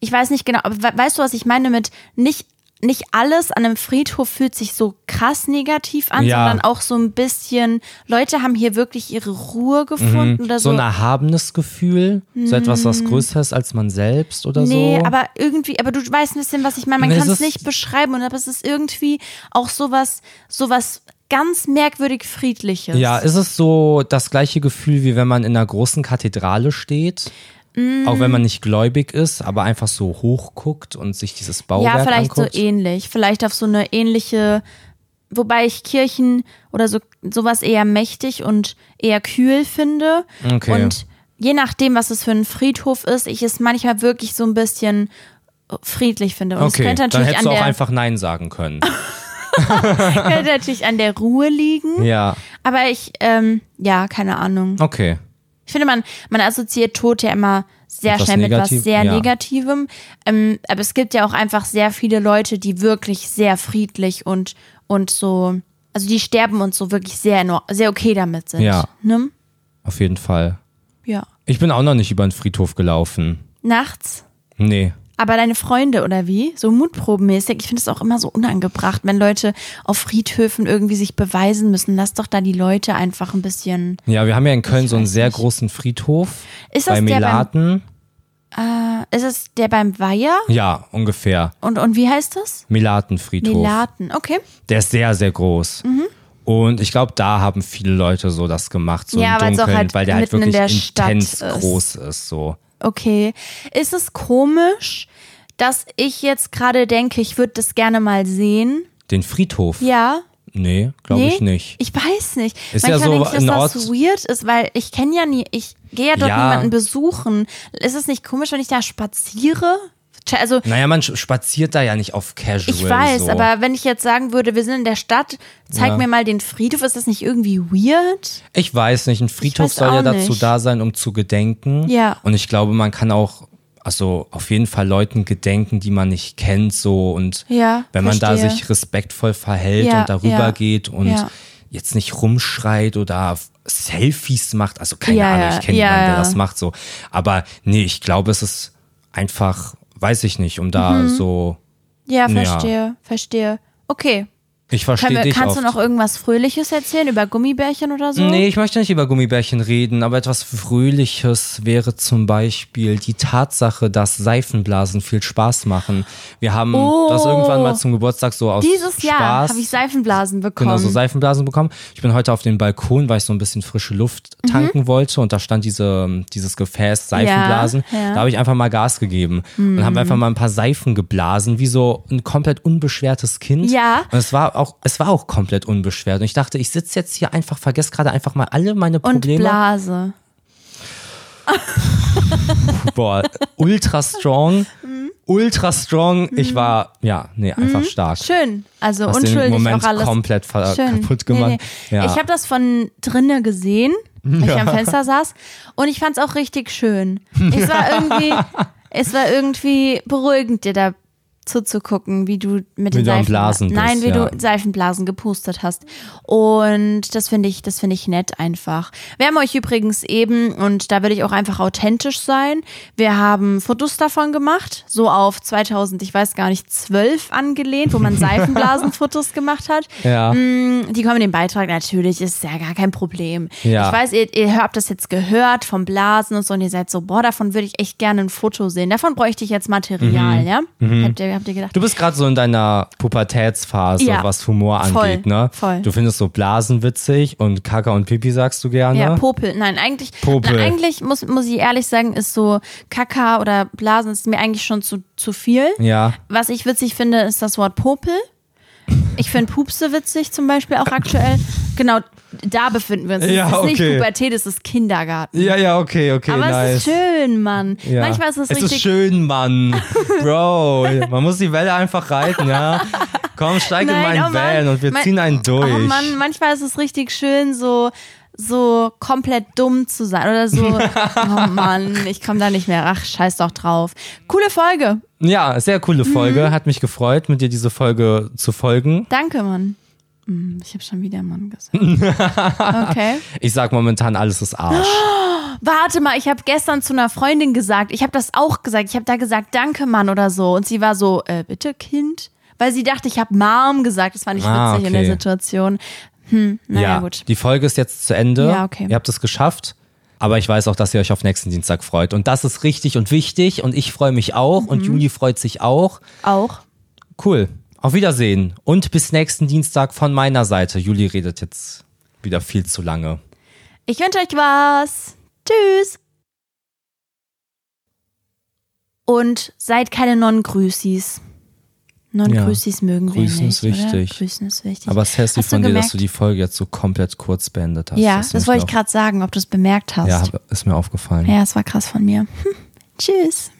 [SPEAKER 2] Ich weiß nicht genau, aber we- weißt du, was ich meine mit nicht, nicht alles an einem Friedhof fühlt sich so krass negativ an,
[SPEAKER 1] Ja.
[SPEAKER 2] sondern auch so ein bisschen, Leute haben hier wirklich ihre Ruhe gefunden oder
[SPEAKER 1] Mhm.
[SPEAKER 2] Hm.
[SPEAKER 1] so ein erhabenes Gefühl, so etwas, was größer ist als man selbst oder so.
[SPEAKER 2] Nee, aber irgendwie, aber du weißt ein bisschen, was ich meine. Man
[SPEAKER 1] Es
[SPEAKER 2] kann es
[SPEAKER 1] ist-
[SPEAKER 2] nicht beschreiben, und aber es ist irgendwie auch sowas, sowas ganz merkwürdig Friedliches.
[SPEAKER 1] Ja, ist es so das gleiche Gefühl, wie wenn man in einer großen Kathedrale steht?
[SPEAKER 2] Hm.
[SPEAKER 1] Auch wenn man nicht gläubig ist, aber einfach so hoch guckt und sich dieses Bauwerk
[SPEAKER 2] Ja, vielleicht
[SPEAKER 1] anguckt.
[SPEAKER 2] so ähnlich. Vielleicht auf so eine ähnliche, wobei ich Kirchen oder so sowas eher mächtig und eher kühl finde.
[SPEAKER 1] Okay.
[SPEAKER 2] Und je nachdem, was es für ein Friedhof ist, ich es manchmal wirklich so ein bisschen friedlich finde. Und es
[SPEAKER 1] okay,
[SPEAKER 2] könnte
[SPEAKER 1] dann
[SPEAKER 2] natürlich,
[SPEAKER 1] hättest
[SPEAKER 2] an
[SPEAKER 1] du auch
[SPEAKER 2] der,
[SPEAKER 1] einfach Nein sagen können.
[SPEAKER 2] [laughs]
[SPEAKER 1] [laughs]
[SPEAKER 2] könnte natürlich an der Ruhe liegen.
[SPEAKER 1] ja,
[SPEAKER 2] Aber ich, ähm, ja, keine Ahnung.
[SPEAKER 1] okay.
[SPEAKER 2] Ich finde, man, man assoziiert Tod ja immer sehr
[SPEAKER 1] Etwas
[SPEAKER 2] schnell mit
[SPEAKER 1] negativ-
[SPEAKER 2] etwas sehr
[SPEAKER 1] ja.
[SPEAKER 2] Negativem. Ähm, aber es gibt ja auch einfach sehr viele Leute, die wirklich sehr friedlich und, und so, also die sterben und so wirklich sehr, in Or- sehr okay damit sind.
[SPEAKER 1] Ja.
[SPEAKER 2] Ne?
[SPEAKER 1] Auf jeden Fall.
[SPEAKER 2] Ja.
[SPEAKER 1] Ich bin auch noch nicht über den Friedhof gelaufen.
[SPEAKER 2] Nachts.
[SPEAKER 1] Nee.
[SPEAKER 2] Aber deine Freunde oder wie? So mutprobenmäßig. Ich finde es auch immer so unangebracht, wenn Leute auf Friedhöfen irgendwie sich beweisen müssen. Lass doch da die Leute einfach ein bisschen.
[SPEAKER 1] Ja, wir haben ja in Köln so einen
[SPEAKER 2] weiß
[SPEAKER 1] sehr
[SPEAKER 2] nicht.
[SPEAKER 1] großen Friedhof.
[SPEAKER 2] Ist das
[SPEAKER 1] bei
[SPEAKER 2] der beim-
[SPEAKER 1] Melaten.
[SPEAKER 2] Ist es der beim Weiher?
[SPEAKER 1] ja, ungefähr.
[SPEAKER 2] Und, und wie heißt das?
[SPEAKER 1] Melatenfriedhof.
[SPEAKER 2] Melaten. Okay.
[SPEAKER 1] Der ist sehr, sehr groß. Und ich glaube, da haben viele Leute so das gemacht, so
[SPEAKER 2] Ja,
[SPEAKER 1] im
[SPEAKER 2] weil's auch
[SPEAKER 1] Dunkeln,
[SPEAKER 2] halt
[SPEAKER 1] weil der halt
[SPEAKER 2] mitten in
[SPEAKER 1] wirklich
[SPEAKER 2] der Stadt
[SPEAKER 1] intens
[SPEAKER 2] ist.
[SPEAKER 1] groß ist. So.
[SPEAKER 2] Okay. Ist es komisch, dass ich jetzt gerade denke, ich würde das gerne mal sehen?
[SPEAKER 1] Den Friedhof?
[SPEAKER 2] Ja.
[SPEAKER 1] Nee, glaube ich nicht.
[SPEAKER 2] Ich weiß nicht.
[SPEAKER 1] Ist ja
[SPEAKER 2] Manchmal
[SPEAKER 1] so
[SPEAKER 2] denke ich, dass
[SPEAKER 1] ein
[SPEAKER 2] das
[SPEAKER 1] Ort-
[SPEAKER 2] so weird ist, weil ich kenne ja nie, ich gehe ja dort
[SPEAKER 1] Ja.
[SPEAKER 2] niemanden besuchen. Ist es nicht komisch, wenn ich da spaziere? Tja, Also
[SPEAKER 1] Naja, man sch- spaziert da ja nicht auf Casual.
[SPEAKER 2] ich weiß,
[SPEAKER 1] Hm, so.
[SPEAKER 2] aber wenn ich jetzt sagen würde, wir sind in der Stadt, zeig
[SPEAKER 1] Ja.
[SPEAKER 2] mir mal den Friedhof, ist das nicht irgendwie weird?
[SPEAKER 1] Ich weiß nicht, ein Friedhof
[SPEAKER 2] weiß
[SPEAKER 1] soll ja
[SPEAKER 2] auch
[SPEAKER 1] dazu
[SPEAKER 2] nicht.
[SPEAKER 1] da sein, um zu gedenken.
[SPEAKER 2] Ja.
[SPEAKER 1] Und ich glaube, man kann auch, also auf jeden Fall Leuten gedenken, die man nicht kennt, so und
[SPEAKER 2] Ja,
[SPEAKER 1] wenn man da
[SPEAKER 2] verstehe.
[SPEAKER 1] sich respektvoll verhält
[SPEAKER 2] Ja,
[SPEAKER 1] und darüber
[SPEAKER 2] ja,
[SPEAKER 1] geht und
[SPEAKER 2] ja.
[SPEAKER 1] jetzt nicht rumschreit oder f- Selfies macht, also keine
[SPEAKER 2] Ja,
[SPEAKER 1] Ahnung,
[SPEAKER 2] ja,
[SPEAKER 1] ich kenne
[SPEAKER 2] ja,
[SPEAKER 1] niemanden, der
[SPEAKER 2] ja.
[SPEAKER 1] das macht so. Aber nee, ich glaube, es ist einfach, weiß ich nicht, um da
[SPEAKER 2] Mhm.
[SPEAKER 1] so.
[SPEAKER 2] Ja,
[SPEAKER 1] Ja.
[SPEAKER 2] verstehe, verstehe. Okay.
[SPEAKER 1] Ich
[SPEAKER 2] Können
[SPEAKER 1] verstehe
[SPEAKER 2] wir,
[SPEAKER 1] dich
[SPEAKER 2] kannst
[SPEAKER 1] oft.
[SPEAKER 2] du noch irgendwas Fröhliches erzählen über Gummibärchen oder so?
[SPEAKER 1] Nee, ich möchte nicht über Gummibärchen reden, aber etwas Fröhliches wäre zum Beispiel die Tatsache, dass Seifenblasen viel Spaß machen. Wir haben
[SPEAKER 2] Oh.
[SPEAKER 1] das irgendwann mal zum Geburtstag so aus
[SPEAKER 2] Dieses Jahr
[SPEAKER 1] Spaß.
[SPEAKER 2] habe ich Seifenblasen bekommen.
[SPEAKER 1] Genau, so Seifenblasen bekommen. Ich bin heute auf den Balkon, weil ich so ein bisschen frische Luft
[SPEAKER 2] Mhm.
[SPEAKER 1] tanken wollte und da stand diese, dieses Gefäß Seifenblasen.
[SPEAKER 2] Ja, Mhm. ja.
[SPEAKER 1] Da habe ich einfach mal Gas gegeben und habe einfach mal ein paar Seifen geblasen, wie so ein komplett unbeschwertes Kind.
[SPEAKER 2] Ja.
[SPEAKER 1] Und es war auch, es war auch komplett unbeschwert. Und ich dachte, ich sitze jetzt hier einfach, vergesse gerade einfach mal alle meine
[SPEAKER 2] und
[SPEAKER 1] Probleme.
[SPEAKER 2] Blase.
[SPEAKER 1] [laughs] Boah, ultra
[SPEAKER 2] [laughs]
[SPEAKER 1] strong,
[SPEAKER 2] Mhm.
[SPEAKER 1] ultra strong. Ich war, ja, nee, einfach stark.
[SPEAKER 2] Schön. Also
[SPEAKER 1] Hast den
[SPEAKER 2] Mhm. unschuldig
[SPEAKER 1] Moment
[SPEAKER 2] auch alles.
[SPEAKER 1] komplett ver-
[SPEAKER 2] Schön.
[SPEAKER 1] kaputt gemacht.
[SPEAKER 2] Nee, nee.
[SPEAKER 1] Ja.
[SPEAKER 2] Ich habe das von drinnen gesehen, weil ich am Fenster saß. Und ich fand es auch richtig schön. Es war
[SPEAKER 1] [laughs]
[SPEAKER 2] irgendwie, es war irgendwie beruhigend, dir da zuzugucken, wie du mit den
[SPEAKER 1] du am
[SPEAKER 2] Seifen
[SPEAKER 1] Blasen bist,
[SPEAKER 2] Nein, wie
[SPEAKER 1] ja.
[SPEAKER 2] du Seifenblasen gepustet hast. Und das finde ich, das finde ich nett einfach. Wir haben euch übrigens eben, und da will ich auch einfach authentisch sein, wir haben Fotos davon gemacht, so auf 2000, ich weiß gar nicht, 12 angelehnt,
[SPEAKER 1] [laughs]
[SPEAKER 2] wo man Seifenblasenfotos gemacht hat.
[SPEAKER 1] Ja.
[SPEAKER 2] Mm, Die kommen in den Beitrag natürlich, ist ja gar kein Problem.
[SPEAKER 1] Ja.
[SPEAKER 2] Ich weiß, ihr, ihr habt das jetzt gehört vom Blasen und so und ihr seid so, boah, davon würde ich echt gerne ein Foto sehen. Davon bräuchte ich jetzt Material, ja? Habt, ihr, habt ihr gedacht?
[SPEAKER 1] Mhm. Du bist gerade so in deiner Pubertätsphase,
[SPEAKER 2] Ja.
[SPEAKER 1] was Humor angeht,
[SPEAKER 2] Voll,
[SPEAKER 1] ne?
[SPEAKER 2] voll.
[SPEAKER 1] Du findest so Blasen witzig und Kaka und Pipi sagst du gerne.
[SPEAKER 2] Ja, Popel. Nein, eigentlich,
[SPEAKER 1] ne? Popel.
[SPEAKER 2] Na, eigentlich muss, muss ich ehrlich sagen, ist so Kaka oder Blasen ist mir eigentlich schon zu, zu viel.
[SPEAKER 1] Ja.
[SPEAKER 2] Was ich witzig finde, ist das Wort Popel. Ich finde Pupse witzig zum Beispiel auch aktuell. Genau, da befinden wir uns.
[SPEAKER 1] Ja,
[SPEAKER 2] das ist nicht
[SPEAKER 1] okay.
[SPEAKER 2] Pubertät, das ist Kindergarten.
[SPEAKER 1] Ja, ja, okay, okay,
[SPEAKER 2] Aber
[SPEAKER 1] nice.
[SPEAKER 2] es ist schön, Mann.
[SPEAKER 1] Ja.
[SPEAKER 2] Manchmal ist es,
[SPEAKER 1] es
[SPEAKER 2] richtig
[SPEAKER 1] ist schön,
[SPEAKER 2] [laughs]
[SPEAKER 1] Mann. Bro, man muss die Welle einfach reiten, ja. Komm, steig in
[SPEAKER 2] Nein,
[SPEAKER 1] meinen
[SPEAKER 2] oh Mann.
[SPEAKER 1] Wellen und wir
[SPEAKER 2] Mein-
[SPEAKER 1] ziehen einen durch.
[SPEAKER 2] Oh Mann, manchmal ist es richtig schön, so, so komplett dumm zu sein.
[SPEAKER 1] [laughs]
[SPEAKER 2] Oder so, oh Mann, ich komme da nicht mehr. Ach, scheiß doch drauf. Coole Folge.
[SPEAKER 1] Ja, sehr coole
[SPEAKER 2] Mhm.
[SPEAKER 1] Folge. Hat mich gefreut, mit dir diese Folge zu folgen.
[SPEAKER 2] Danke, Mann. Hm, Ich habe schon wieder
[SPEAKER 1] [laughs]
[SPEAKER 2] Mann gesagt. Okay.
[SPEAKER 1] Ich sag momentan, alles ist Arsch.
[SPEAKER 2] Warte mal, ich habe gestern zu einer Freundin gesagt, ich habe das auch gesagt, ich habe da gesagt, danke Mann oder so. Und sie war so, äh, bitte Kind? Weil sie dachte, ich habe Mom gesagt. Das fand ich
[SPEAKER 1] Ah,
[SPEAKER 2] witzig in
[SPEAKER 1] okay.
[SPEAKER 2] der Situation. Hm, naja,
[SPEAKER 1] ja,
[SPEAKER 2] gut.
[SPEAKER 1] die Folge ist jetzt zu Ende.
[SPEAKER 2] Ja, okay.
[SPEAKER 1] Ihr habt es geschafft. Aber ich weiß auch, dass ihr euch auf nächsten Dienstag freut. Und das ist
[SPEAKER 2] Mhm.
[SPEAKER 1] richtig und wichtig. Und ich freue mich auch. Und Juli freut sich auch.
[SPEAKER 2] Auch.
[SPEAKER 1] Cool. Auf Wiedersehen und bis nächsten Dienstag von meiner Seite. Juli redet jetzt wieder viel zu lange.
[SPEAKER 2] Ich wünsche euch was. Tschüss. Und seid keine Non-Grüßis. Non-Grüßis mögen wir
[SPEAKER 1] Grüßen
[SPEAKER 2] nicht.
[SPEAKER 1] ist wichtig.
[SPEAKER 2] Oder? Grüßen ist wichtig.
[SPEAKER 1] Aber es ist hässlich
[SPEAKER 2] Hast du
[SPEAKER 1] von dir, dass
[SPEAKER 2] gemerkt-
[SPEAKER 1] du die Folge jetzt so komplett kurz beendet hast.
[SPEAKER 2] ja,
[SPEAKER 1] ist
[SPEAKER 2] das,
[SPEAKER 1] mir
[SPEAKER 2] wollte ich
[SPEAKER 1] auch-
[SPEAKER 2] gerade sagen, ob du es bemerkt hast.
[SPEAKER 1] Ja, hab- ist mir aufgefallen.
[SPEAKER 2] ja, es war krass von mir. [laughs] Tschüss.